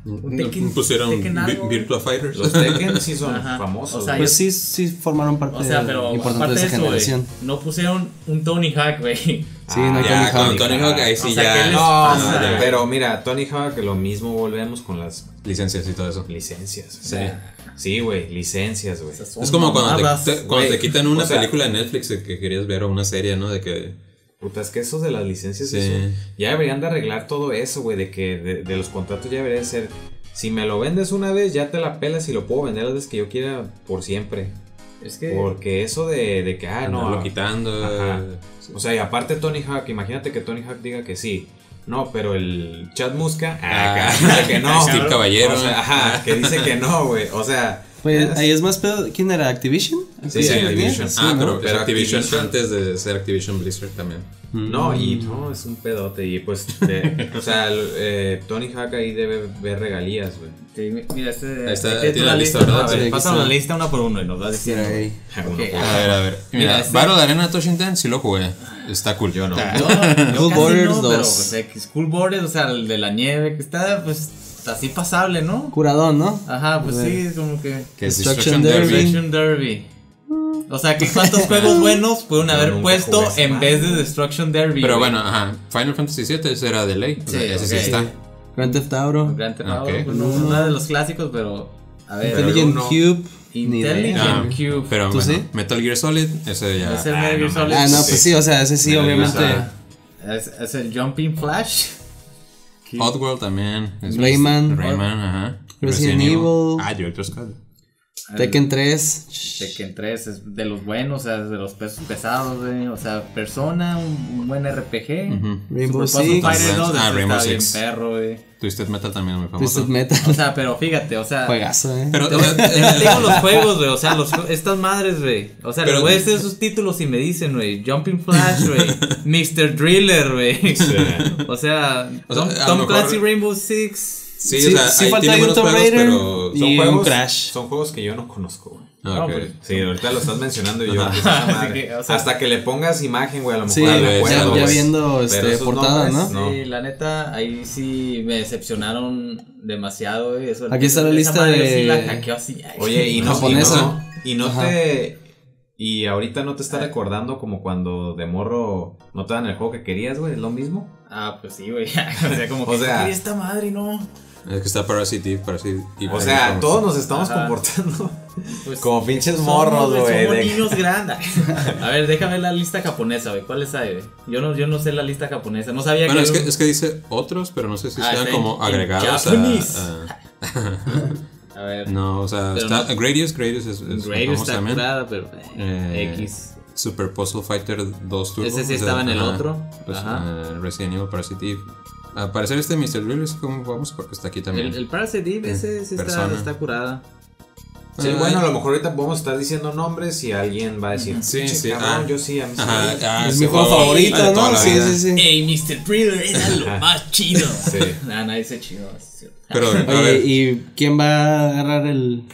Speaker 4: Un Tekken-
Speaker 1: Pusieron
Speaker 4: Tekken
Speaker 1: Vi-
Speaker 4: algo.
Speaker 1: Virtua Fighters.
Speaker 2: Los Tekken sí son
Speaker 4: Ajá.
Speaker 2: famosos.
Speaker 4: O sea,
Speaker 3: Pues sí, sí formaron parte
Speaker 4: O sea, pero
Speaker 3: Eh, importante
Speaker 4: aparte
Speaker 3: de
Speaker 4: de
Speaker 3: esa
Speaker 4: eso, güey,
Speaker 3: generación.
Speaker 4: no pusieron un Tony Hawk, güey.
Speaker 3: Sí, no
Speaker 2: Ah,
Speaker 3: hay
Speaker 1: ya,
Speaker 3: Tony Hawk.
Speaker 1: con Tony Hawk, ahí sí
Speaker 4: O sea,
Speaker 1: ya. Ah,
Speaker 4: ¿qué les
Speaker 2: No,
Speaker 4: pasa,
Speaker 2: no,
Speaker 4: güey?
Speaker 2: pero mira, Tony Hawk, lo mismo volvemos con las
Speaker 1: Licencias y todo eso.
Speaker 2: licencias.
Speaker 4: O sea,
Speaker 2: Sí, güey, licencias, güey.
Speaker 4: esas son
Speaker 1: Es como cuando
Speaker 4: mamadas.
Speaker 1: te, te- cuando
Speaker 2: güey.
Speaker 1: te quitan una
Speaker 2: O sea-
Speaker 1: película de Netflix que querías ver o una serie, ¿no? De que.
Speaker 2: Puta, es que esos de las licencias,
Speaker 1: Sí.
Speaker 2: eso- ya deberían de arreglar todo eso, güey, de que de, de los contratos ya debería de ser Si me lo vendes una vez, ya te la pelas y lo puedo vender las veces que yo quiera por siempre.
Speaker 4: Es que.
Speaker 2: Porque eso de, de que, ah, no,
Speaker 1: Andarlo quitando.
Speaker 2: Ajá.
Speaker 1: eh,
Speaker 2: O sea, y aparte Tony Hawk, imagínate que Tony Hawk diga que sí. No, pero el Chad Musca, ah,
Speaker 1: Ah,
Speaker 2: que dice que no.
Speaker 1: Steve Caballero.
Speaker 2: O sea, ajá, que dice que no, güey. O sea,
Speaker 3: Pues ahí es más pedo. ¿Quién era? ¿Activision?
Speaker 2: Sí, sí, Activision.
Speaker 3: Sí,
Speaker 1: Ah,
Speaker 3: ¿no?
Speaker 1: pero,
Speaker 2: Pero
Speaker 1: es Activision,
Speaker 2: Activision.
Speaker 1: antes de ser Activision Blizzard también.
Speaker 3: Mm.
Speaker 2: no, y
Speaker 1: Mm.
Speaker 2: no, es un pedote. Y pues, de- o sea, el- eh, Tony Hawk ahí debe ver regalías, güey.
Speaker 4: Sí, mi- mira, este.
Speaker 1: Ahí está,
Speaker 4: este
Speaker 1: tiene
Speaker 4: tú
Speaker 1: la lista,
Speaker 4: ¿no?
Speaker 1: ¿verdad?
Speaker 4: A
Speaker 3: Sí,
Speaker 4: ver,
Speaker 3: aquí
Speaker 4: pásame
Speaker 3: está.
Speaker 4: la lista una por uno y nos vas
Speaker 3: Sí,
Speaker 4: diciendo.
Speaker 3: ahí.
Speaker 1: Ah,
Speaker 2: Uno
Speaker 4: Ok.
Speaker 2: por
Speaker 1: A ver, a ver. Mira,
Speaker 4: Mira, este-
Speaker 1: Battle Arena Toshin Ten sí lo jugué. Está cool. Yo no.
Speaker 4: Yo, yo
Speaker 3: Cool
Speaker 4: casi
Speaker 3: Borders
Speaker 4: no, pero,
Speaker 3: 2.
Speaker 4: pues, X, Cool Borders, o sea, el de la nieve, que está, pues, así pasable, ¿no?
Speaker 3: Curadón, ¿no?
Speaker 4: Ajá, pues
Speaker 3: A ver.
Speaker 4: sí, como que.
Speaker 1: Que es Destruction
Speaker 3: Destruction
Speaker 1: Derby.
Speaker 3: Derby.
Speaker 4: Destruction Derby.
Speaker 3: Mm.
Speaker 4: O sea, que cuántos juegos buenos pudieron
Speaker 2: Yo
Speaker 4: haber
Speaker 2: nunca
Speaker 4: puesto
Speaker 2: jugué esa
Speaker 4: en
Speaker 2: madre.
Speaker 4: vez de Destruction Derby.
Speaker 1: Pero
Speaker 4: güey?
Speaker 1: bueno, ajá. Final Fantasy VII ese era de ley. O sea,
Speaker 4: Sí,
Speaker 1: ese
Speaker 4: ok.
Speaker 1: sí está.
Speaker 3: Grand Theft Auto.
Speaker 4: Gran
Speaker 1: Ok.
Speaker 4: uno de los clásicos, pero. A ver,
Speaker 3: Intelligent
Speaker 2: Pero uno-
Speaker 3: Cube. ni idea.
Speaker 4: Intelligent
Speaker 1: Ah,
Speaker 4: Cube.
Speaker 1: Pero
Speaker 3: ¿Tú
Speaker 1: bueno,
Speaker 3: sí?
Speaker 1: Metal Gear Solid, ese ya.
Speaker 4: Ese Metal Gear Solid.
Speaker 3: Ah, no, pues sí, o sea, ese sí,
Speaker 1: Metal Gear
Speaker 3: obviamente.
Speaker 1: Solid.
Speaker 4: Es, es el Jumping Flash.
Speaker 1: Oddworld también. es-
Speaker 3: Rayman.
Speaker 1: Rayman, ajá.
Speaker 3: Resident Evil.
Speaker 1: Ah, Director Scott.
Speaker 3: Tekken 3.
Speaker 4: Tekken 3 es de los buenos, o sea, es de los pesos pesados, güey. O sea, Persona, un, un buen RPG. Super
Speaker 3: Rainbow Six.
Speaker 4: Puzzle Fighter 2,
Speaker 1: Ah,
Speaker 4: ese
Speaker 1: Rainbow
Speaker 4: está bien
Speaker 1: Six.
Speaker 4: perro, güey.
Speaker 1: Twisted Metal también es muy famoso.
Speaker 3: Twisted Metal.
Speaker 4: O sea, pero fíjate, o sea.
Speaker 3: Juegazo, eh.
Speaker 1: Pero,
Speaker 4: Te digo los juegos, güey. O sea, los, estas madres, güey. O sea,
Speaker 1: Pero-
Speaker 4: les voy a decir sus títulos y me dicen, güey. Jumping Flash, güey. Mr. Driller,
Speaker 1: pues.
Speaker 4: güey. O sea,
Speaker 1: O sea,
Speaker 4: Tom,
Speaker 1: a lo
Speaker 4: Tom
Speaker 1: mejor-
Speaker 4: Clancy Rainbow Six.
Speaker 1: sí, o sea,
Speaker 3: sí
Speaker 1: ahí
Speaker 3: falta
Speaker 1: tiene
Speaker 3: ahí un
Speaker 1: buenos
Speaker 3: Tomb
Speaker 1: juegos,
Speaker 3: Raider.
Speaker 1: pero.
Speaker 3: Y un Crash.
Speaker 2: Son juegos que yo no conozco, güey.
Speaker 1: Ah, ok.
Speaker 2: Sí, ahorita lo estás mencionando y yo. pues, esa
Speaker 4: Así
Speaker 2: madre.
Speaker 4: que, o sea-
Speaker 2: Hasta que le pongas imagen, güey, a lo mejor.
Speaker 3: Sí,
Speaker 2: me
Speaker 1: ya-
Speaker 2: acuerdo,
Speaker 1: ya
Speaker 2: güey.
Speaker 3: viendo,
Speaker 2: Pero
Speaker 3: este,
Speaker 2: esos
Speaker 3: portada,
Speaker 2: nombres,
Speaker 4: Sí, la neta, ahí sí me decepcionaron demasiado, güey. Eso,
Speaker 3: Aquí está la
Speaker 4: esa
Speaker 3: lista
Speaker 4: madre yo
Speaker 3: de-
Speaker 4: sí la hackeo así. ay.
Speaker 2: Oye, y no,
Speaker 3: Japonesa.
Speaker 2: y no, y no
Speaker 3: Ajá.
Speaker 2: te. Y ahorita no te está recordando como cuando de morro no te dan el juego que querías, güey, es lo mismo.
Speaker 4: Ah, pues sí, güey. O sea, como que.
Speaker 2: O sea-
Speaker 4: "Ay, esta madre, no.
Speaker 1: Es que está Parasite Eve, Parasite Eve.
Speaker 2: O sea,
Speaker 1: Ahí
Speaker 2: todos nos estamos
Speaker 4: Ajá.
Speaker 2: comportando
Speaker 4: Pues,
Speaker 2: como pinches
Speaker 4: somos,
Speaker 2: morros, güey.
Speaker 4: Somos
Speaker 2: de-
Speaker 4: niños grandes. A ver, déjame la lista japonesa, güey. ¿Cuáles hay, güey? Yo no, yo no sé la lista japonesa. No sabía
Speaker 1: Bueno,
Speaker 4: que.
Speaker 1: es que, es que dice otros, pero no sé si
Speaker 4: Ah,
Speaker 1: sean
Speaker 4: está
Speaker 1: como
Speaker 4: en-
Speaker 1: agregados. a-
Speaker 4: Japanese.
Speaker 1: a-
Speaker 4: A ver.
Speaker 1: no, o sea,
Speaker 4: Pero
Speaker 1: está
Speaker 4: no-
Speaker 1: Gradius, Gradius es, es
Speaker 4: Grave
Speaker 1: famoso
Speaker 4: está
Speaker 1: también.
Speaker 4: curada, pero eh,
Speaker 1: Eh,
Speaker 4: X.
Speaker 1: Super Puzzle Fighter 2 Turbo.
Speaker 4: Ese sí
Speaker 1: o sea,
Speaker 4: estaba en el
Speaker 1: ajá,
Speaker 4: otro,
Speaker 1: pues,
Speaker 4: ajá.
Speaker 1: eh, Resident Evil Parasite Eve. Al parecer este Mr. Drill es como vamos porque está aquí también. Eh,
Speaker 4: El, el Parasite Eve, ese sí está,
Speaker 1: Persona.
Speaker 4: está curada.
Speaker 2: Sí,
Speaker 1: Ah,
Speaker 2: bueno, a lo mejor ahorita podemos estar diciendo nombres y alguien va a decir,
Speaker 1: Sí,
Speaker 2: "Pinche
Speaker 1: sí,
Speaker 2: cabrón,
Speaker 1: ah.
Speaker 2: yo sí, a mí sí".
Speaker 1: Ajá, ah,
Speaker 3: es
Speaker 1: ese
Speaker 3: mi juego favorito,
Speaker 1: de toda
Speaker 3: ¿no?
Speaker 1: la
Speaker 3: Sí,
Speaker 1: vida.
Speaker 3: sí, sí.
Speaker 4: Ey, Mr. Thriller era lo más chido.
Speaker 2: Sí.
Speaker 4: Nah, nadie se chido. sí.
Speaker 1: Pero, a
Speaker 3: Oye,
Speaker 1: ver,
Speaker 3: ¿y quién va a agarrar el.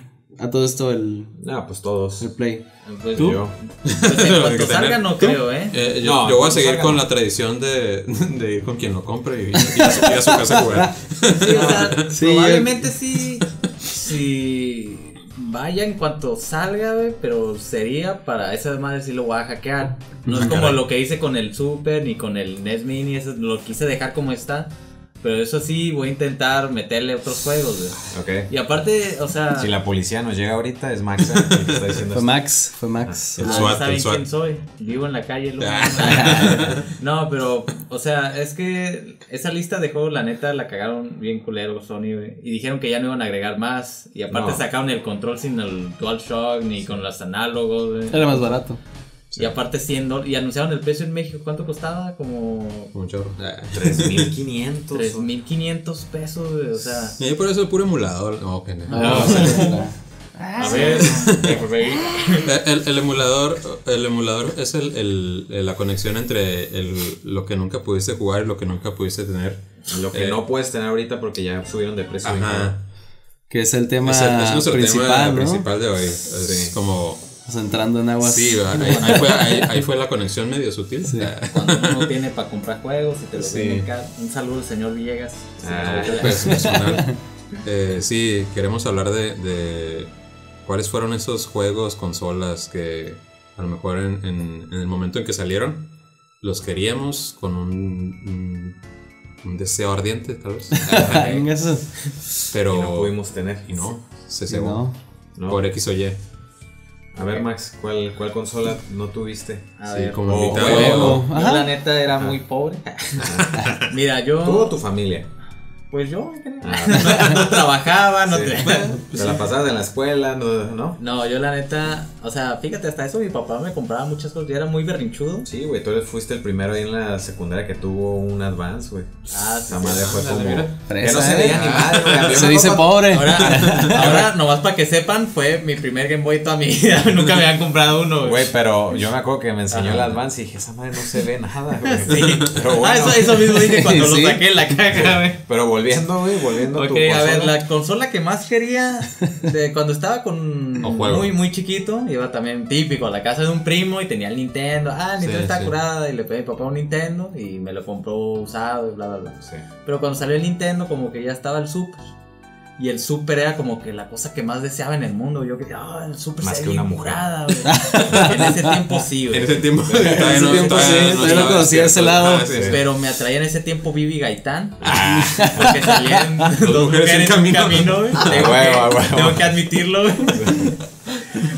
Speaker 3: a todo esto el.
Speaker 2: Ah, pues todos.
Speaker 3: el play?
Speaker 4: Pues,
Speaker 2: Yo.
Speaker 4: pues en
Speaker 1: Lo que
Speaker 4: cuanto salga,
Speaker 1: tener.
Speaker 4: no creo, ¿eh?
Speaker 1: eh, yo,
Speaker 2: No,
Speaker 1: yo voy a
Speaker 2: no
Speaker 1: seguir
Speaker 2: salga.
Speaker 1: con la tradición de, de ir con quien lo compre y, y ir a su- ir a su casa a jugar.
Speaker 4: Sí, o sea,
Speaker 3: Sí,
Speaker 4: probablemente sí. Sí. Vaya en cuanto salga, güey, pero sería para esa madre sí lo voy a hackear. No es
Speaker 1: Ah,
Speaker 4: como
Speaker 1: caray.
Speaker 4: lo que hice con el Super ni con el NES Mini, eso lo quise dejar como está. Pero eso sí, voy a intentar meterle otros juegos, güey.
Speaker 2: Ok.
Speaker 4: Y aparte, o sea,
Speaker 2: Si la policía nos llega ahorita, es Max el que está diciendo
Speaker 3: Fue
Speaker 2: esto.
Speaker 3: Max, fue Max.
Speaker 1: El
Speaker 4: Ah,
Speaker 1: SWAT,
Speaker 4: saben
Speaker 1: el SWAT.
Speaker 4: quién soy. Vivo en la calle. loco. no, pero, o sea, es que esa lista de juegos, la neta, la cagaron bien culero Sony, güey. Y dijeron que ya no iban a agregar más. Y aparte
Speaker 2: No.
Speaker 4: sacaron el control sin el DualShock ni con los análogos, güey.
Speaker 3: Era más barato.
Speaker 4: Y aparte 100 dólares. Y anunciaron el precio en México. ¿Cuánto costaba? Como
Speaker 1: Como un chorro.
Speaker 4: Ah.
Speaker 2: 3500.
Speaker 4: 3.500 pesos, güey. O sea,
Speaker 1: Y ahí por eso es puro emulador. No, que no.
Speaker 3: Ah,
Speaker 4: a ver.
Speaker 1: Eh, El, el emulador, el emulador es el, el- eh, la conexión entre el- lo que nunca pudiste jugar y lo que nunca pudiste tener.
Speaker 2: Lo que
Speaker 1: Eh,
Speaker 2: no puedes tener ahorita porque ya subieron de precio.
Speaker 1: Ajá.
Speaker 3: que es el tema
Speaker 1: Es, el- es nuestro
Speaker 3: principal,
Speaker 1: tema
Speaker 3: ¿no?
Speaker 1: principal de hoy. Es como.
Speaker 3: O sea, entrando en aguas.
Speaker 1: Sí, ahí, ahí fue, ahí- ahí fue la conexión medio sutil. Ah,
Speaker 4: Cuando uno no tiene para comprar juegos y te los
Speaker 1: Sí.
Speaker 4: venden caro. Un saludo al señor Villegas.
Speaker 2: Ah,
Speaker 1: pues, personal. Eh, sí, queremos hablar de, de cuáles fueron esos juegos, consolas que a lo mejor en, en- en el momento en que salieron los queríamos con un, un- un deseo ardiente, tal vez.
Speaker 3: Ah, venga, eso.
Speaker 1: Pues, Pero.
Speaker 2: Y no pudimos tener.
Speaker 1: Y no, se
Speaker 3: Sí,
Speaker 1: cebó.
Speaker 3: no.
Speaker 2: No.
Speaker 1: Por e- X o Y.
Speaker 2: A ver, Max, ¿cuál, cuál consola no tuviste?
Speaker 4: A
Speaker 1: Sí,
Speaker 4: ver.
Speaker 1: como
Speaker 2: Oh,
Speaker 1: invitado.
Speaker 3: juego.
Speaker 4: Yo
Speaker 3: Ajá.
Speaker 4: la neta era muy pobre. Mira,
Speaker 2: ¿Tú o
Speaker 4: yo.
Speaker 2: tu familia?
Speaker 4: Pues yo, en general. no, no trabajaba, no
Speaker 2: Ah, Sí.
Speaker 4: tenía-
Speaker 2: Te la pasabas en la escuela, no, ¿no?
Speaker 4: No, yo la neta, o sea, fíjate, hasta eso mi papá me compraba muchas cosas, yo era muy berrinchudo.
Speaker 2: Sí, güey, tú fuiste el primero ahí en la secundaria que tuvo un advance, güey.
Speaker 4: Ah, sí,
Speaker 2: Esa madre fue como. Ya
Speaker 3: Fresa,
Speaker 2: no se
Speaker 3: ¿eh?
Speaker 2: veía ni madre, güey. A mí
Speaker 3: Se
Speaker 2: me
Speaker 3: dice
Speaker 2: papá-
Speaker 3: pobre.
Speaker 4: Ahora, ahora nomás para que sepan, fue mi primer Game Boy toda mi vida, nunca me habían comprado uno, güey.
Speaker 2: Güey, pero yo me acuerdo que me enseñó
Speaker 4: Ajá.
Speaker 2: el Advance y dije, esa madre no se ve nada, güey.
Speaker 4: Sí.
Speaker 2: Pero bueno.
Speaker 4: Ah, eso, eso mismo dije cuando
Speaker 3: Sí.
Speaker 4: lo saqué de la caja, güey.
Speaker 2: Pero volviendo, güey, volviendo a
Speaker 4: Ok,
Speaker 2: tu
Speaker 4: a ver,
Speaker 2: consola.
Speaker 4: la consola que más quería de cuando estaba con
Speaker 1: O juego.
Speaker 4: muy muy chiquito, iba también típico a la casa de un primo y tenía el Nintendo. Ah, el Nintendo
Speaker 1: Sí,
Speaker 4: está
Speaker 1: sí.
Speaker 4: curada y le pedí a mi papá un Nintendo y me lo compró usado y bla bla bla.
Speaker 2: Sí.
Speaker 4: Pero cuando salió el Nintendo como que ya estaba el Super. Y el Super era como que la cosa que más deseaba en el mundo. Yo quería, ah, el Super
Speaker 2: Más
Speaker 4: se
Speaker 2: que
Speaker 4: ve
Speaker 2: una
Speaker 4: bien
Speaker 2: mujer.
Speaker 4: curada, güey. En ese tiempo sí, güey.
Speaker 1: En ese tiempo, todavía
Speaker 3: ese
Speaker 1: no- todavía no
Speaker 3: tiempo sí, todavía no
Speaker 1: estaba
Speaker 3: conocía ese
Speaker 1: despierto.
Speaker 3: lado.
Speaker 1: Ah, sí, sí.
Speaker 4: Pero me atraía en ese tiempo Vivi Gaitán. Porque salían dos, mujeres en camino,
Speaker 1: camino.
Speaker 4: güey.
Speaker 2: Ah,
Speaker 4: Tengo,
Speaker 2: huevo,
Speaker 4: que,
Speaker 2: huevo.
Speaker 4: tengo que admitirlo, güey.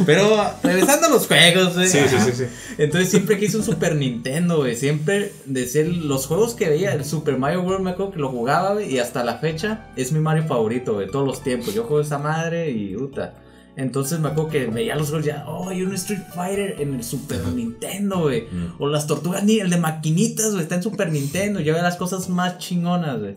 Speaker 4: Pero regresando a los juegos, güey.
Speaker 2: Sí, sí, sí, sí.
Speaker 4: Entonces siempre quise un Super Nintendo, güey. Siempre decía los juegos que veía, el Super Mario World, me acuerdo que lo jugaba, güey. Y hasta la fecha es mi Mario favorito, güey. Todos los tiempos. Yo juego esa madre y puta. Entonces me acuerdo que veía los juegos ya, oh, hay un Street Fighter en el Super Nintendo, güey.
Speaker 2: Mm.
Speaker 4: O las tortugas ni el de maquinitas, güey, está en Super Nintendo. Yo veo las cosas más chingonas, güey.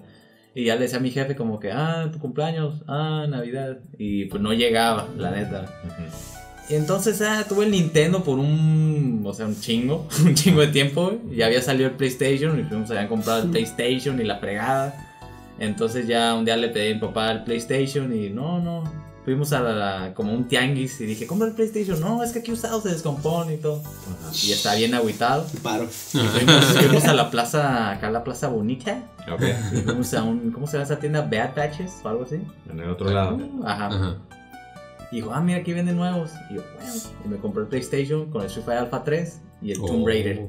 Speaker 4: Y ya le decía a mi jefe como que, ah, tu cumpleaños, ah, Navidad. Y pues no llegaba, la neta.
Speaker 2: Ujú.
Speaker 4: Y entonces, ah, tuve el Nintendo por un, o sea, un chingo, un chingo de tiempo, güey. Ya había salido el PlayStation y pues, habían comprado el PlayStation y la fregada. Entonces ya un día le pedí a mi papá el PlayStation y no, no. Fuimos a la- como un tianguis y dije, compra el PlayStation. No, es que aquí usado se descompone y todo. Y ya estaba bien agüitado.
Speaker 3: Paro.
Speaker 4: Fuimos, fuimos a la plaza, acá a la plaza bonita.
Speaker 2: Ok,
Speaker 4: y Fuimos a un, ¿cómo se llama esa tienda? Bad Batches o algo así.
Speaker 2: en el otro lado.
Speaker 4: Ajá.
Speaker 1: Ajá.
Speaker 4: Y dijo, ah, mira, aquí venden nuevos. Y yo, bueno. Y me compré el PlayStation con el Street Fighter Alpha 3 y el Tomb
Speaker 1: Oh.
Speaker 4: Raider.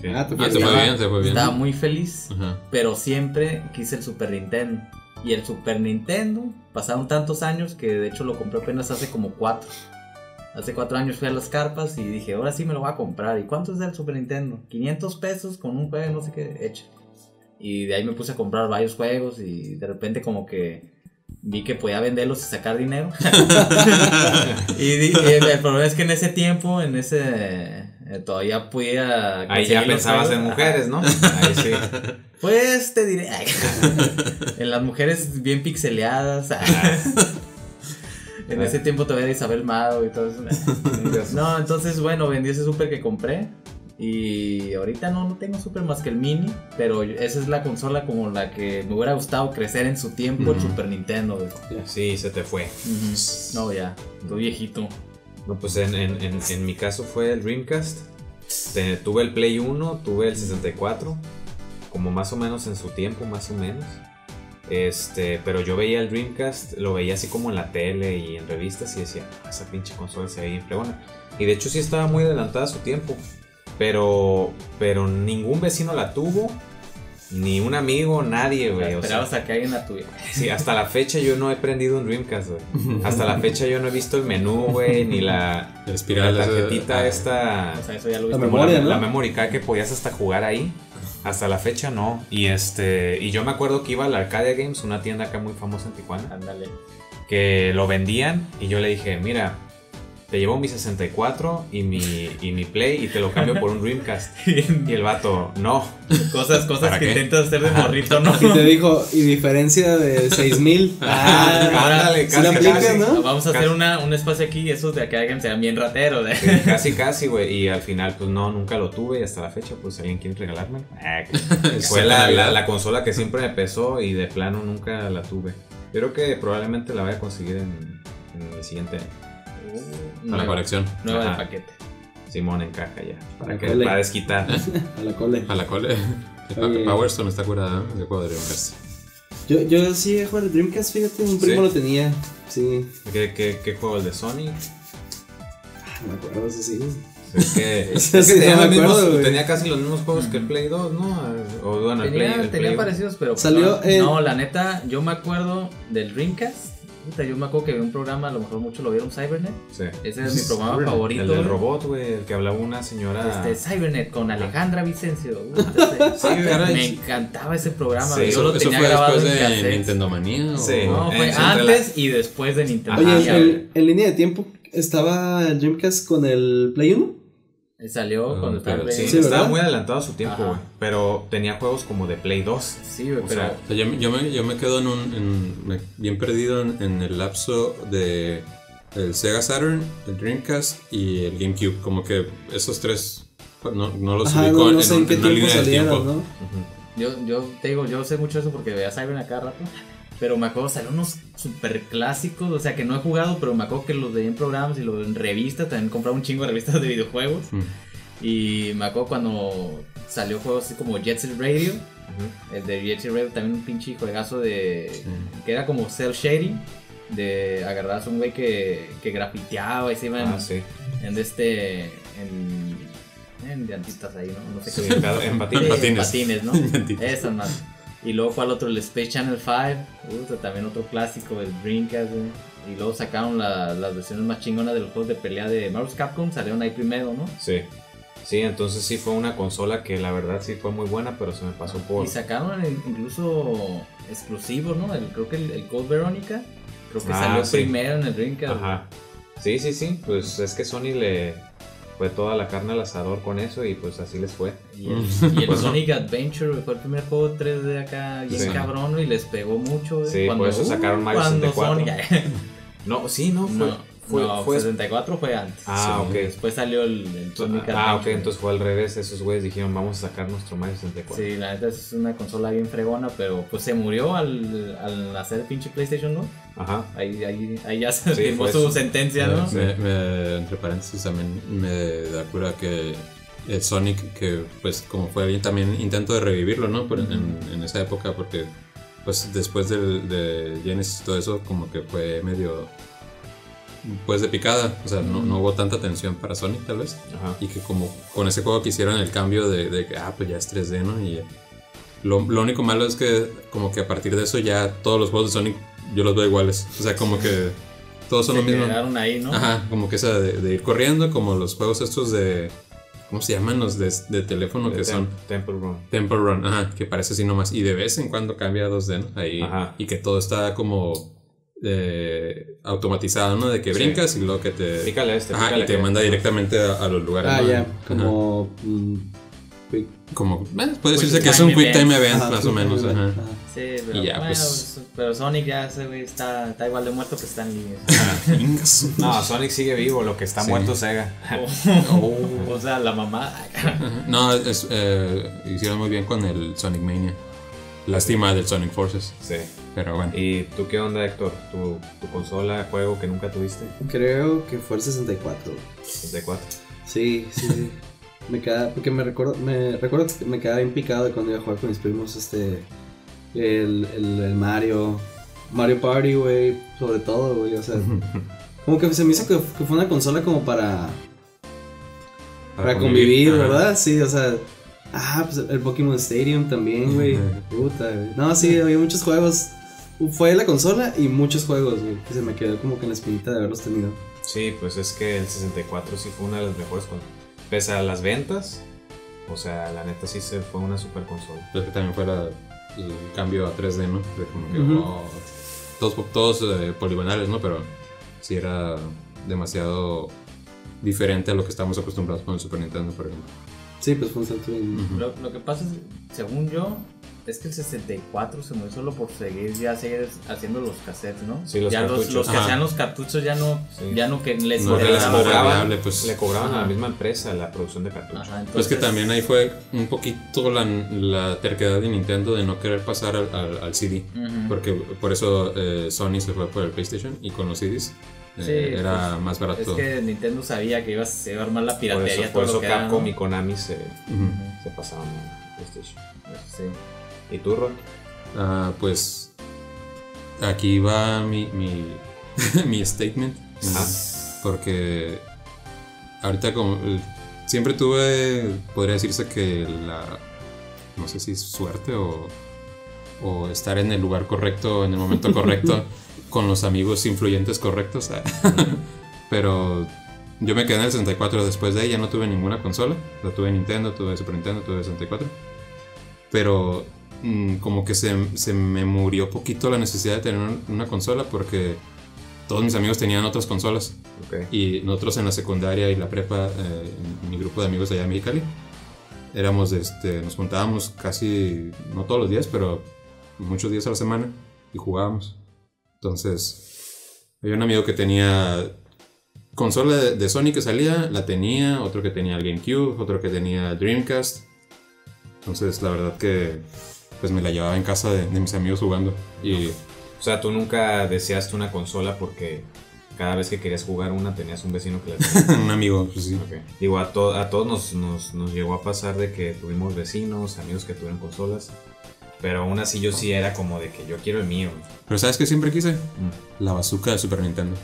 Speaker 2: Sí.
Speaker 3: Ah,
Speaker 1: Ah, te
Speaker 3: te
Speaker 1: fue
Speaker 3: Estaba-
Speaker 1: bien, te fue bien.
Speaker 4: Estaba muy feliz,
Speaker 1: Ajá.
Speaker 4: pero siempre quise el Super Nintendo. Y el Super Nintendo, pasaron tantos años que de hecho lo compré apenas hace como cuatro. Hace cuatro años fui a las carpas y dije, ahora sí me lo voy a comprar. ¿Y cuánto es el Super Nintendo? 500 pesos con un juego, no sé qué, hecho. Y de ahí me puse a comprar varios juegos y de repente como que vi que podía venderlos y sacar dinero. y, di- y el, el problema es que en ese tiempo, en ese... eh, todavía podía...
Speaker 2: Ahí ya
Speaker 4: conseguir los
Speaker 2: pensabas
Speaker 4: juegos.
Speaker 2: en
Speaker 4: Ajá.
Speaker 2: mujeres, ¿no? Ahí sí.
Speaker 4: Pues te diré. Ay. en las mujeres bien pixeleadas.
Speaker 1: Ah.
Speaker 4: en ese tiempo todavía era Isabel Mado y todo eso. No, entonces bueno, vendí ese super que compré. Y ahorita no, no tengo super más que el mini. Pero esa es la consola como la que me hubiera gustado crecer en su tiempo, el
Speaker 1: Ujú.
Speaker 4: Super Nintendo. güey.
Speaker 2: Sí, se te fue.
Speaker 4: No, ya, estoy viejito.
Speaker 2: No, pues en, en, en, en mi caso fue el Dreamcast. Te- tuve el Play 1, tuve el 64, como más o menos en su tiempo, más o menos. Este, pero yo veía el Dreamcast, lo veía así como en la tele y en revistas y decía, "Ah, esa pinche consola se ve bien fregona". Y de hecho sí estaba muy adelantada a su tiempo, pero, pero ningún vecino la tuvo, ni un amigo, nadie, güey. o sea,
Speaker 4: Esperabas a que alguien la tuviera.
Speaker 2: Sí, hasta la fecha yo no he prendido un Dreamcast, güey. Hasta la fecha yo no he visto el menú, güey, ni la,
Speaker 1: El
Speaker 2: la
Speaker 1: espiral. ese-
Speaker 2: tarjetita
Speaker 1: ah,
Speaker 2: esta.
Speaker 4: O sea, eso ya lo
Speaker 3: La
Speaker 4: viste.
Speaker 2: como
Speaker 3: memoria,
Speaker 2: la,
Speaker 3: ¿no?
Speaker 2: la memory card que podías hasta jugar ahí. Hasta la fecha no. Y este. Y yo me acuerdo que iba a la Arcadia Games, una tienda acá muy famosa en Tijuana,
Speaker 4: Ándale.
Speaker 2: que lo vendían y yo le dije, mira, te llevo mi 64 y mi, y mi Play y te lo cambio por un Dreamcast. Y el vato, no.
Speaker 4: cosas, cosas
Speaker 1: ¿Para
Speaker 4: que
Speaker 1: qué?
Speaker 4: intentas hacer de morrito, ¿no?
Speaker 3: Y te dijo, y diferencia de 6000. Ah,
Speaker 2: Ándale,
Speaker 3: si la
Speaker 2: casi,
Speaker 3: aplicas,
Speaker 2: casi.
Speaker 3: ¿no?
Speaker 4: Vamos a
Speaker 2: Casi.
Speaker 4: hacer una, un espacio aquí, esos de acá que sean bien rateros, ¿eh?
Speaker 2: Sí, Casi, casi, güey. Y al final, pues no, nunca lo tuve. Y hasta la fecha, pues alguien quiere regalármelo. Ah, que- Fue la, la- la consola que siempre me pesó y de plano nunca la tuve. Yo creo que probablemente la vaya a conseguir en, en el siguiente año.
Speaker 1: A la colección.
Speaker 4: Nueva de
Speaker 2: Ajá.
Speaker 4: paquete.
Speaker 2: Simón en caja ya. Para que
Speaker 3: Órale.
Speaker 2: para desquitar.
Speaker 3: A la cole.
Speaker 1: A la cole. El pa-
Speaker 3: Oye.
Speaker 1: Power Stone está curada, ¿no? De juego de Dreamcast.
Speaker 3: Yo, yo sí he jugado el Dreamcast, fíjate, un primo
Speaker 2: ¿Sí?
Speaker 3: lo tenía. Sí,
Speaker 2: ¿Qué, qué, qué juego el de Sonic?
Speaker 3: Ah, me acuerdo, eso sí.
Speaker 2: Es que, es
Speaker 3: Sí,
Speaker 2: que
Speaker 3: sí,
Speaker 2: tenía,
Speaker 3: no me
Speaker 2: los mismos-
Speaker 3: acuerdo, güey.
Speaker 2: tenía casi los mismos juegos que el Play 2, ¿no? O bueno, el Play,
Speaker 4: Tenía, pues
Speaker 2: el
Speaker 4: tenía
Speaker 2: Play
Speaker 4: parecidos, pero.
Speaker 3: Salió
Speaker 4: no,
Speaker 3: el-
Speaker 4: no, la neta, yo me acuerdo del Dreamcast puta, yo me acuerdo que vi un programa, a lo mejor muchos lo vieron, Cybernet.
Speaker 2: Sí.
Speaker 4: Ese es mi programa favorito.
Speaker 2: El del
Speaker 4: güey.
Speaker 2: robot, güey, el que hablaba una señora.
Speaker 4: Este, Cybernet con Alejandra Vicencio. Puta,
Speaker 1: Sí, era-
Speaker 4: Me encantaba ese programa.
Speaker 2: Sí,
Speaker 4: güey. Ah, yo
Speaker 1: Eso,
Speaker 4: lo
Speaker 1: eso
Speaker 4: tenía
Speaker 1: fue
Speaker 4: grabado
Speaker 1: después
Speaker 4: en
Speaker 1: de
Speaker 4: cassette.
Speaker 1: Nintendo Manía.
Speaker 2: Sí.
Speaker 4: No, fue
Speaker 2: Eh,
Speaker 4: antes y después de Nintendo.
Speaker 2: Ajá,
Speaker 3: Oye,
Speaker 2: ya,
Speaker 4: Manía,
Speaker 3: en, en línea de tiempo estaba el Dreamcast con el Play 1.
Speaker 4: güey. Salió
Speaker 1: Ah,
Speaker 4: cuando
Speaker 1: pero
Speaker 4: estaba Play-
Speaker 2: Sí,
Speaker 3: Sí,
Speaker 2: estaba
Speaker 3: ¿verdad?
Speaker 2: muy adelantado a su tiempo,
Speaker 4: Ajá.
Speaker 2: güey. Pero tenía juegos como de Play 2.
Speaker 4: Sí, güey,
Speaker 2: O
Speaker 4: pero
Speaker 2: sea,
Speaker 1: O sea, yo, me- yo me, yo me quedo en un. en- me- bien perdido en, en el lapso de. El Sega Saturn, el Dreamcast y el GameCube. Como que esos tres. pues, No, no los
Speaker 3: Ajá,
Speaker 1: ubico
Speaker 3: no,
Speaker 1: en,
Speaker 3: no sé
Speaker 1: un-
Speaker 3: en qué
Speaker 1: una
Speaker 3: tiempo
Speaker 1: línea de
Speaker 3: salieron,
Speaker 1: tiempo.
Speaker 3: ¿no?
Speaker 4: yo, yo te digo, yo sé mucho de eso porque veía Cybernet a cada rato. Pero me acuerdo, salieron unos super clásicos. O sea, que no he jugado, pero me acuerdo que los veía en programas y los veía en revistas. También compraba un chingo de revistas de videojuegos.
Speaker 1: Mm.
Speaker 4: Y me acuerdo cuando salió juegos así como Jet Set Radio. El de Jet Set Radio también un pinche juegazo de. que era como cel shading. De agarrabas un güey que, que grafiteaba y se iba en,
Speaker 2: Ah, sí.
Speaker 4: en de este. en. en llantitas ahí, ¿no? No sé
Speaker 2: Sí,
Speaker 4: qué.
Speaker 2: en cada- en
Speaker 4: Sí,
Speaker 2: patines.
Speaker 1: patines.
Speaker 4: patines, ¿no?
Speaker 1: Llantitas.
Speaker 4: Eso, man. Y luego fue al otro, el Space Channel 5. puta, también otro clásico, el Dreamcast, güey. Y luego sacaron la- las versiones más chingonas de los juegos de pelea de Marvel Capcom. Salieron ahí primero, ¿no?
Speaker 2: Sí. Sí, entonces sí fue una consola que la verdad sí fue muy buena, pero se me pasó por.
Speaker 4: Y sacaron el- incluso exclusivos, ¿no? El- creo que el, el Code Verónica, creo que
Speaker 2: Ah,
Speaker 4: salió
Speaker 2: sí.
Speaker 4: primero en el Dreamcast.
Speaker 2: Ajá. Sí, sí, sí. Pues es que Sony le fue toda la carne al asador con eso y pues así les fue.
Speaker 4: Y el,
Speaker 2: Mm.
Speaker 4: y el
Speaker 1: Pues no.
Speaker 4: Sonic Adventure güey, fue el primer juego 3D acá, bien
Speaker 2: Sí.
Speaker 4: cabrón, y les pegó mucho. güey. uh,
Speaker 2: Sí, por eso sacaron Mario
Speaker 4: cuando
Speaker 2: 64.
Speaker 4: Sonic-
Speaker 2: No, sí, no, fue.
Speaker 4: no,
Speaker 2: fue,
Speaker 4: no,
Speaker 2: fue-
Speaker 4: 64 fue antes.
Speaker 2: Ah,
Speaker 4: Sí,
Speaker 2: ok.
Speaker 4: Después salió el, el Sonic Adventure.
Speaker 2: Ah, ok, entonces fue al revés. Esos güeyes dijeron, vamos a sacar nuestro Mario 64.
Speaker 4: Sí, la neta es una consola bien fregona, pero pues se murió al, al hacer pinche PlayStation 2.
Speaker 2: Ajá.
Speaker 4: Ahí, ahí, ahí ya se
Speaker 2: Sí,
Speaker 4: firmó
Speaker 2: pues.
Speaker 4: su sentencia, ¿no?
Speaker 1: Me- me- entre paréntesis también me da cura que el Sonic, que pues como fue bien también intento de revivirlo, ¿no? Por- en, en esa época, porque pues después del, de Genesis y todo eso, como que fue medio pues de picada, o sea, no, no hubo tanta atención para Sonic tal vez,
Speaker 2: Ajá.
Speaker 1: y que como con ese juego que hicieron el cambio de, de que, ah, pues ya es 3D, ¿no? Y lo, lo único malo es que como que a partir de eso ya todos los juegos de Sonic yo los veo iguales, o sea, como que todos son
Speaker 4: se
Speaker 1: lo mismo.
Speaker 4: quedaron ahí, ¿no?
Speaker 1: Ajá, como que esa de, de ir corriendo, como los juegos estos de. ¿Cómo se llaman los de, de teléfono que
Speaker 2: Tem-
Speaker 1: son? Eh,
Speaker 2: Temple Run.
Speaker 1: Temple Run, ajá, que parece así nomás. Y de vez en cuando cambia a 2D, ¿no? Ahí.
Speaker 2: Ajá.
Speaker 1: Y que todo está como. eh, automatizado, ¿no? De que
Speaker 2: Sí.
Speaker 1: brincas y luego que te.
Speaker 2: Pícale a este,
Speaker 1: Ajá,
Speaker 2: pícale
Speaker 1: y te
Speaker 2: a-
Speaker 1: manda directamente a, a los lugares.
Speaker 3: Ah,
Speaker 1: ¿no?
Speaker 3: ya,
Speaker 1: Ajá.
Speaker 3: como. mm, quick.
Speaker 1: Como. bueno, puede
Speaker 4: Quick
Speaker 1: decirse que
Speaker 4: time
Speaker 1: es un quick
Speaker 4: event.
Speaker 1: time event,
Speaker 3: Ajá,
Speaker 1: más o
Speaker 3: quick,
Speaker 1: menos,
Speaker 3: quick,
Speaker 1: ajá.
Speaker 3: ajá.
Speaker 4: Sí, pero,
Speaker 1: Y ya,
Speaker 4: bueno,
Speaker 1: pues-
Speaker 4: pero Sonic ya ese güey está, está igual de muerto que Stan Lee.
Speaker 1: Chingas.
Speaker 2: No, Sonic sigue vivo, lo que está
Speaker 1: Sí.
Speaker 2: muerto Sega.
Speaker 4: Oh.
Speaker 2: Oh,
Speaker 4: o sea, la mamá.
Speaker 1: Ajá. No, es, eh, hicieron muy bien con el Sonic Mania. Lástima del Sonic Forces,
Speaker 2: Sí.
Speaker 1: pero bueno.
Speaker 2: ¿Y tú qué onda, Héctor? ¿Tu, tu consola, juego que nunca tuviste?
Speaker 3: Creo que fue el 64.
Speaker 2: 64.
Speaker 3: Sí, sí, sí. Me queda, porque me recuerdo, me recuerdo que me quedaba bien picado de cuando iba a jugar con mis primos, este, el, el, el Mario, Mario Party, güey, sobre todo, güey, o sea, como que se me hizo que, que fue una consola como para, para convivir,
Speaker 1: ajá.
Speaker 3: ¿verdad? Sí, o sea, ah, pues el Pokémon Stadium también, güey,
Speaker 1: Ajá.
Speaker 3: puta, güey. No, sí, había muchos juegos, fue la consola y muchos juegos, güey, que se me quedó como que en la espinita de haberlos tenido.
Speaker 2: Sí, pues es que el 64 sí fue una de las mejores con- Pese a las ventas, o sea, la neta sí se fue una super consola.
Speaker 1: Pues que también fuera el cambio a 3D, ¿no? De como que
Speaker 3: Ujú.
Speaker 1: oh, todos, todos eh, poligonales, ¿no? Pero sí era demasiado diferente a lo que estamos acostumbrados con el Super Nintendo, por ejemplo.
Speaker 3: Sí, pues fue un salto bien-
Speaker 1: Ujú.
Speaker 4: Lo, lo que pasa es, según yo, es que el 64 se murió solo por seguir ya seguir haciendo los cassettes, ¿no?
Speaker 2: Sí, los
Speaker 4: ya los,
Speaker 2: cartuchos.
Speaker 4: los que
Speaker 1: Ajá.
Speaker 4: hacían los cartuchos ya no,
Speaker 2: Sí.
Speaker 4: ya no que les
Speaker 1: No, que les
Speaker 4: interesaba.
Speaker 1: cobraba.
Speaker 4: Ajá,
Speaker 1: viable, pues.
Speaker 2: le cobraban a
Speaker 4: Ajá.
Speaker 2: la misma empresa la producción de cartuchos.
Speaker 1: Pues
Speaker 4: entonces-
Speaker 1: que también ahí fue un poquito la, la terquedad de Nintendo de no querer pasar al, al- al CD.
Speaker 4: Ujú.
Speaker 1: Porque por eso eh, Sony se fue por el PlayStation y con los CDs eh,
Speaker 4: Sí,
Speaker 1: era
Speaker 4: pues,
Speaker 1: más
Speaker 4: Es
Speaker 1: barato.
Speaker 4: que Nintendo sabía que iba a, se iba a armar la
Speaker 2: Por
Speaker 4: piratería
Speaker 2: eso, por
Speaker 4: todo
Speaker 2: eso
Speaker 4: lo que era,
Speaker 2: Capcom
Speaker 4: ¿no?
Speaker 2: y Konami se,
Speaker 1: Ujú.
Speaker 2: se pasaban a PlayStation.
Speaker 4: Pues sí.
Speaker 2: ¿Y tú, Ron?
Speaker 1: Ah, pues aquí va mi, mi, mi statement.
Speaker 2: Ajá.
Speaker 1: Porque ahorita como eh, siempre tuve, podría decirse que la, no sé si suerte o o estar en el lugar correcto, en el momento correcto, con los amigos influyentes correctos. ¿eh? Pero yo me quedé en el 64 después de ahí, ya no tuve ninguna consola. La tuve Nintendo, tuve Super Nintendo, tuve 64. Pero mm, como que se, se me murió poquito la necesidad de tener una consola porque todos mis amigos tenían otras consolas.
Speaker 2: Ok.
Speaker 1: Y nosotros en la secundaria y la prepa, eh, mi grupo de amigos allá en Mexicali, éramos, este, nos juntábamos casi, no todos los días, pero muchos días a la semana y jugábamos. Entonces, había un amigo que tenía consola de, de Sony que salía, la tenía, otro que tenía el GameCube, otro que tenía Dreamcast. Entonces, la verdad que pues me la llevaba en casa de, de mis amigos jugando. Y
Speaker 2: O sea, tú nunca deseaste una consola porque cada vez que querías jugar una tenías un vecino que la tenía.
Speaker 1: un amigo, pues sí.
Speaker 2: Ok. Digo, a, to- a todos nos, nos- nos llegó a pasar de que tuvimos vecinos, amigos que tuvieron consolas. Pero aún así yo sí era como de que yo quiero el mío.
Speaker 1: Pero ¿sabes qué siempre quise?
Speaker 2: Mm.
Speaker 1: La bazooka de Super Nintendo.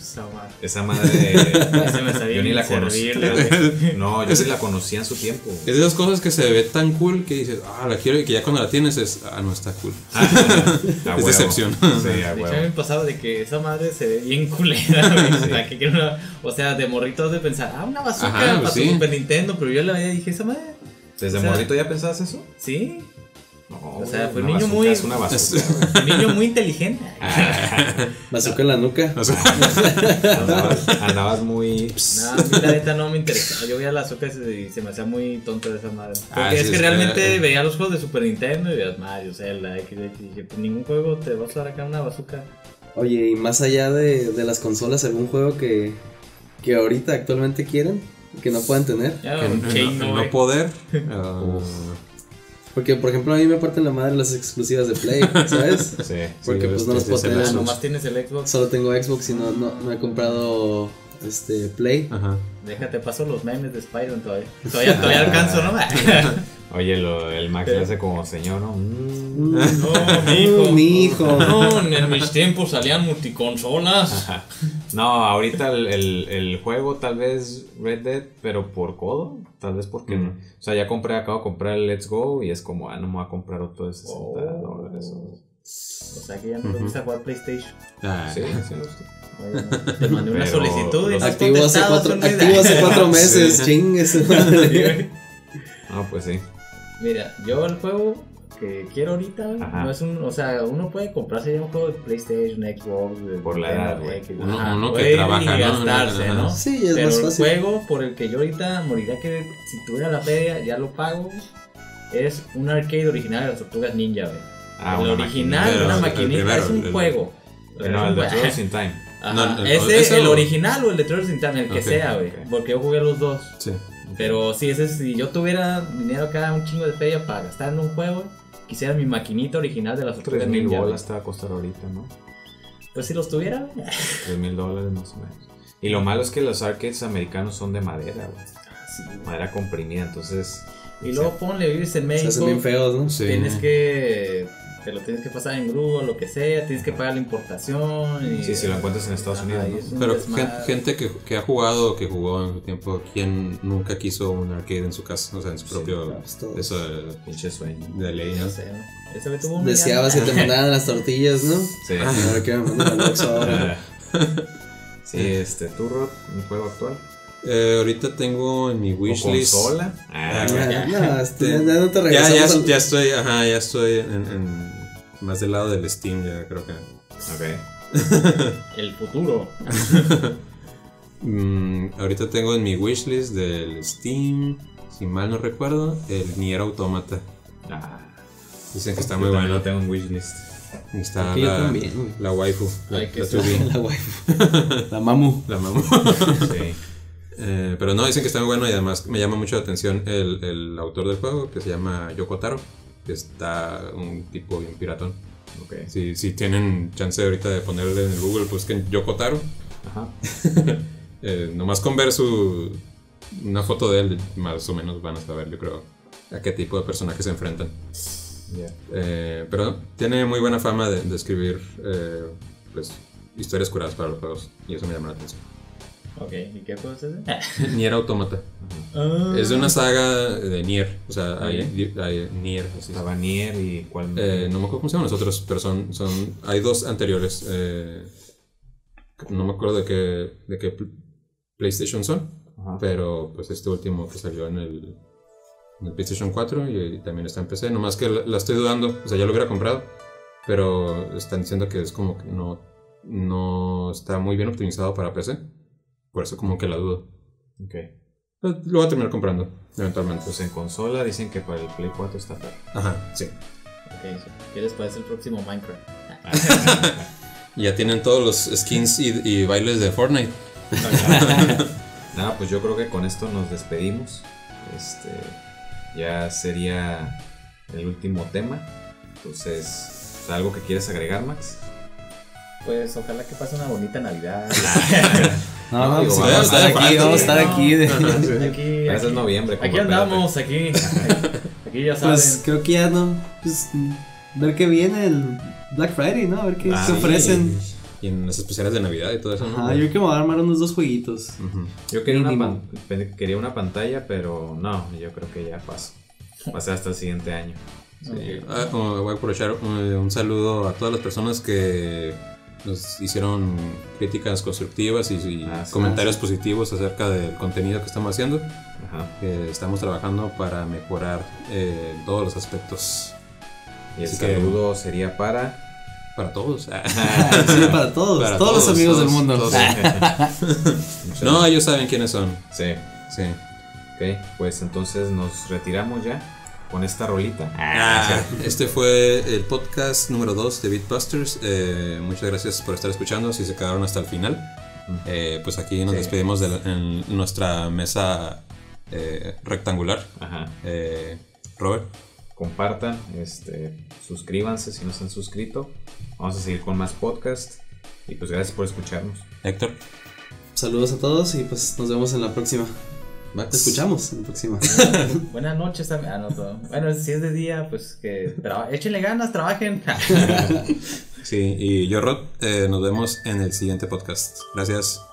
Speaker 4: Esa madre.
Speaker 2: Esa madre...
Speaker 4: Ese me sabía
Speaker 2: yo ni la
Speaker 4: inservible,
Speaker 2: conocía.
Speaker 4: güey.
Speaker 2: güey. No, yo sí la conocía en su tiempo.
Speaker 1: Es de esas cosas que se ve tan cool que dices, ah, la quiero y que ya cuando la tienes es, ah, no está cool.
Speaker 2: Ah, a huevo.
Speaker 1: decepción.
Speaker 2: Sí,
Speaker 1: Ah,
Speaker 2: a
Speaker 4: De hecho, a mí me
Speaker 2: huevo.
Speaker 4: pasaba de que esa madre se ve bien culera, güey. O sea, que quiero una- o sea, de morritos de pensar, ah, una bazooka
Speaker 1: Ajá,
Speaker 4: para
Speaker 1: pues
Speaker 4: tu
Speaker 1: sí.
Speaker 4: Super Nintendo, pero yo la veía y dije, esa madre,
Speaker 2: ¿Desde
Speaker 4: o sea,
Speaker 2: morrito ya pensabas eso?
Speaker 4: sí,
Speaker 2: No,
Speaker 4: o sea,
Speaker 2: güey,
Speaker 4: fue un
Speaker 2: una
Speaker 4: niño
Speaker 2: bazooka
Speaker 4: muy-
Speaker 2: Es una bazooka. güey.
Speaker 4: un niño muy inteligente.
Speaker 1: Ah.
Speaker 3: Bazooka en la nuca.
Speaker 1: O sea,
Speaker 2: Andabas, andabas muy...
Speaker 4: No, a mí la neta no me interesaba. Yo veía la azúcar y se- y se me hacía muy tonta de esa madre. Porque
Speaker 1: Ah, sí,
Speaker 4: es que
Speaker 1: es que-
Speaker 4: realmente veía los juegos de Super Nintendo y veías Mario, Zelda, X, X, y dije, pues ningún juego te va a usar acá una bazooka.
Speaker 3: Oye, y más allá de, de las consolas, ¿algún juego que, que ahorita actualmente quieren? Que no puedan tener.
Speaker 4: Ya,
Speaker 1: que
Speaker 4: un
Speaker 1: no,
Speaker 4: chain,
Speaker 1: no-
Speaker 4: no, eh.
Speaker 1: no
Speaker 4: güey.
Speaker 1: poder. um,
Speaker 3: Porque, por ejemplo, a mí me parten la madre las exclusivas de Play, ¿sabes?
Speaker 2: Sí, sí,
Speaker 3: Porque, pues, no los
Speaker 1: desde
Speaker 3: puedo
Speaker 1: ese
Speaker 3: tener,
Speaker 4: Ah,
Speaker 1: lapsus.
Speaker 4: nomás tienes el Xbox.
Speaker 3: Solo tengo Xbox y no, no, no he comprado este Play.
Speaker 1: Ajá.
Speaker 4: Déjate, paso los memes de Spider-Man todavía. Todavía,
Speaker 1: Ah.
Speaker 4: todavía alcanzo, ¿no?
Speaker 2: Oye, lo- el Max le hace como señor, ¿no? Mm.
Speaker 3: Mm.
Speaker 4: No, mi
Speaker 3: Mm,
Speaker 4: hijo.
Speaker 3: mi hijo.
Speaker 4: No, en mis tiempos salían multiconsolas.
Speaker 2: No, ahorita el, el- el juego tal vez Red Dead, pero por codo, tal vez porque...
Speaker 1: Mm.
Speaker 2: O sea, ya compré, acabo de comprar el Let's Go y es como, ah, no me voy a comprar otro de 60
Speaker 4: Oh.
Speaker 2: dólares. o-
Speaker 4: O sea, que ya no te gusta jugar PlayStation.
Speaker 1: Ah,
Speaker 2: Sí, sí, sí.
Speaker 4: Bueno, Te mandé una
Speaker 2: Pero
Speaker 4: solicitud y
Speaker 2: los
Speaker 4: no has
Speaker 3: Activo hace
Speaker 4: contestado,
Speaker 3: cuatro,
Speaker 4: son muy-
Speaker 3: activo hace cuatro meses,
Speaker 1: Sí.
Speaker 3: chingue su madre.
Speaker 2: Ah, pues sí.
Speaker 4: Mira, yo el juego que quiero ahorita güey,
Speaker 2: Ajá.
Speaker 4: no es un, o sea, uno puede comprarse ya un juego de PlayStation, Xbox, de
Speaker 2: Por la
Speaker 4: Nintendo,
Speaker 2: edad, güey.
Speaker 4: X,
Speaker 1: Uno-
Speaker 4: ajá,
Speaker 1: uno que
Speaker 4: güey,
Speaker 1: trabaja,
Speaker 4: y
Speaker 1: ¿no?
Speaker 4: gastarse,
Speaker 1: Ajá.
Speaker 4: ¿no?
Speaker 3: Sí, es
Speaker 4: Pero
Speaker 3: más
Speaker 4: el
Speaker 3: fácil.
Speaker 4: juego por el que yo ahorita moriría que si tuviera la feria ya lo pago es un arcade original de las Tortugas Ninja, güey.
Speaker 2: Ah,
Speaker 4: el
Speaker 2: una
Speaker 4: original,
Speaker 1: maquinita,
Speaker 4: una
Speaker 1: el
Speaker 4: maquinita,
Speaker 1: primero,
Speaker 4: es un
Speaker 1: el-
Speaker 4: juego.
Speaker 2: maquinita. No, el de
Speaker 4: Ajá.
Speaker 2: Trails in Time.
Speaker 4: Ajá,
Speaker 1: No, el-
Speaker 4: ese,
Speaker 1: ¿ese
Speaker 4: el
Speaker 1: o-
Speaker 4: original o el de Trailers in Time, el que
Speaker 1: Ok,
Speaker 4: sea, güey.
Speaker 2: ok.
Speaker 4: Porque yo jugué los dos.
Speaker 1: sí.
Speaker 4: Pero sí, ese, si yo tuviera dinero acá, un chingo de feria para gastar en un juego, quisiera mi maquinita original de las tortugas
Speaker 2: 3 mil
Speaker 4: ninja.
Speaker 2: bolas te va a costar ahorita, ¿no?
Speaker 4: Pues si los tuviera, güey.
Speaker 2: 3 mil dólares más o menos. Y lo malo es que los arcades americanos son de madera, güey.
Speaker 4: Sí, güey.
Speaker 2: Madera comprimida, entonces...
Speaker 4: Y luego ponle, vives en
Speaker 3: Se hacen
Speaker 4: México,
Speaker 3: bien feos, ¿no?
Speaker 1: Sí.
Speaker 4: tienes que... Te lo tienes que pasar en grúa, lo que sea, tienes que pagar la importación. Y,
Speaker 2: Sí, si lo encuentras en Estados
Speaker 4: Ajá,
Speaker 2: Unidos,
Speaker 4: y
Speaker 2: ¿no?
Speaker 4: es un
Speaker 1: Pero gen-
Speaker 4: desmadre.
Speaker 1: gente, que, que ha jugado o que jugó en su tiempo, ¿quién nunca quiso un arcade en su casa? O sea, en su
Speaker 2: Sí,
Speaker 1: propio.
Speaker 3: claro, pues, todos.
Speaker 1: Eso de,
Speaker 2: Pinche sueño.
Speaker 1: de ley,
Speaker 4: No
Speaker 1: ¿no?
Speaker 4: sé, ¿no? Ese me tuvo un
Speaker 3: Deseabas que te mandaran las tortillas, ¿no?
Speaker 2: Sí.
Speaker 3: Ahora que me mandan al Oxxo ahora.
Speaker 2: Ah. sí, este, tú, Rod, un juego actual.
Speaker 1: Eh, ahorita tengo en mi
Speaker 2: ¿O
Speaker 1: wishlist.
Speaker 2: consola? Ah, güey.
Speaker 3: Ya, no, este,
Speaker 1: Este,
Speaker 3: ya no te
Speaker 1: ya, ya,
Speaker 3: regresamos al-
Speaker 1: ya estoy, ajá, ya estoy en, en- más del lado del Steam, ya creo que.
Speaker 2: ok.
Speaker 4: El futuro.
Speaker 1: Mm, ahorita tengo en mi wishlist del Steam, si mal no recuerdo, el Nier Automata.
Speaker 2: Ah,
Speaker 1: Dicen que está
Speaker 2: yo
Speaker 1: muy
Speaker 2: también
Speaker 1: bueno.
Speaker 2: lo tengo en wishlist.
Speaker 1: Está
Speaker 3: Aquí yo
Speaker 1: la,
Speaker 3: también, güey.
Speaker 1: la waifu, la,
Speaker 4: Ay, que
Speaker 1: la
Speaker 4: está-
Speaker 1: 2D,
Speaker 3: La waifu. La mamu.
Speaker 1: la mamu.
Speaker 2: Sí.
Speaker 1: Eh, pero no, dicen que está muy bueno y además me llama mucho la atención el, el autor del juego, que se llama Yoko Taro, que está un tipo bien piratón.
Speaker 2: Ok.
Speaker 1: Si, si tienen chance ahorita de ponerle en el Google, busquen Yoko Taro.
Speaker 2: Ajá.
Speaker 1: Eh, nomás con ver su. Una foto de él, más o menos van a saber, yo creo, a qué tipo de personajes se enfrentan.
Speaker 2: Ya.
Speaker 1: Eh, pero tiene muy buena fama de, de escribir eh, pues, historias curadas para los juegos y eso me llama la atención.
Speaker 4: Ok, ¿y qué juego es ese?
Speaker 1: Nier Automata.
Speaker 4: Ah.
Speaker 1: Es de una saga de Nier. O sea, hay,
Speaker 2: Ok.
Speaker 1: di- hay Nier. así es.
Speaker 2: Estaba Nier y cuál.
Speaker 1: Eh, no me acuerdo cómo se llaman los otros, pero son. son hay dos anteriores. eh, no me acuerdo de qué, de qué pl- PlayStation son.
Speaker 2: Ajá.
Speaker 1: Pero pues este último que salió en el, en el PlayStation 4 y, también está en PC. Nomás que la, la estoy dudando, o sea, ya lo hubiera comprado, pero están diciendo que es como que no, no está muy bien optimizado para PC. Por eso como que la dudo.
Speaker 2: Ok.
Speaker 1: Pero Lo voy a terminar comprando, eventualmente.
Speaker 2: Pues en consola dicen que para el Play 4 está feo.
Speaker 1: Ajá, sí.
Speaker 4: Ok, sí. ¿qué les parece el próximo Minecraft?
Speaker 1: Y Ya tienen todos los skins y, y bailes de Fortnite.
Speaker 2: Nada, pues yo creo que con esto nos despedimos. Este ya sería el último tema. Entonces, algo que quieres agregar, Max.
Speaker 4: Pues ojalá que pase una bonita Navidad.
Speaker 3: No,
Speaker 2: No,
Speaker 3: no, pues
Speaker 2: digo,
Speaker 1: vamos
Speaker 3: vamos a
Speaker 1: a
Speaker 3: estar
Speaker 1: estar
Speaker 3: aquí,
Speaker 1: falta,
Speaker 3: vamos a estar
Speaker 4: Sí, no,
Speaker 3: aquí. de-
Speaker 4: aquí,
Speaker 2: Ese es
Speaker 4: aquí.
Speaker 2: noviembre.
Speaker 4: Aquí
Speaker 2: compadre.
Speaker 4: andamos, aquí. Aquí ya saben.
Speaker 3: Pues creo que ya no. Pues ver qué viene el Black Friday, ¿no? A ver qué
Speaker 2: Ah,
Speaker 3: se
Speaker 2: sí.
Speaker 3: ofrecen.
Speaker 1: Y en las especiales de Navidad y todo eso. ¿no?
Speaker 3: Ajá, yo creo que me voy a armar unos dos jueguitos.
Speaker 1: Ujú.
Speaker 2: Yo quería una,
Speaker 3: Mínimo.
Speaker 2: pan- pe- quería una pantalla, pero no, yo creo que ya pasó. Pasé hasta el siguiente año.
Speaker 4: Ok.
Speaker 1: Ah, oh, voy a aprovechar eh, un saludo a todas las personas que nos hicieron críticas constructivas y, y
Speaker 2: Ah, sí.
Speaker 1: comentarios positivos acerca del contenido que estamos haciendo.
Speaker 2: Ajá.
Speaker 1: Eh, estamos trabajando para mejorar eh, todos los aspectos
Speaker 2: Y el
Speaker 1: Así que-
Speaker 2: saludo sería para.
Speaker 1: para todos. Ah.
Speaker 3: Sí, para todos,
Speaker 1: Para
Speaker 3: todos, los
Speaker 1: todos,
Speaker 3: amigos del
Speaker 1: todos,
Speaker 3: mundo.
Speaker 1: todos.
Speaker 2: no.
Speaker 1: No, ellos saben quiénes son.
Speaker 2: Sí.
Speaker 1: Sí.
Speaker 2: Ok, pues entonces nos retiramos ya con esta rolita.
Speaker 1: Ah, este fue el podcast número 2 de Beatbusters. Eh, muchas gracias por estar escuchando. Si se quedaron hasta el final, Eh, pues aquí nos
Speaker 2: Sí.
Speaker 1: despedimos de la- en nuestra mesa eh, rectangular.
Speaker 2: Ajá.
Speaker 1: Eh, Robert,
Speaker 2: compartan, este, suscríbanse si no se han suscrito. Vamos a seguir con más podcast y pues gracias por escucharnos.
Speaker 1: Héctor,
Speaker 3: Saludos a todos y pues nos vemos en la próxima.
Speaker 1: Max.
Speaker 3: Te escuchamos en la próxima.
Speaker 4: Buenas noches también. Ah, no, todo. Bueno, si es de día, pues que traba- échenle ganas, trabajen.
Speaker 1: Sí, y yo, Rod, eh, nos vemos en el siguiente podcast. Gracias.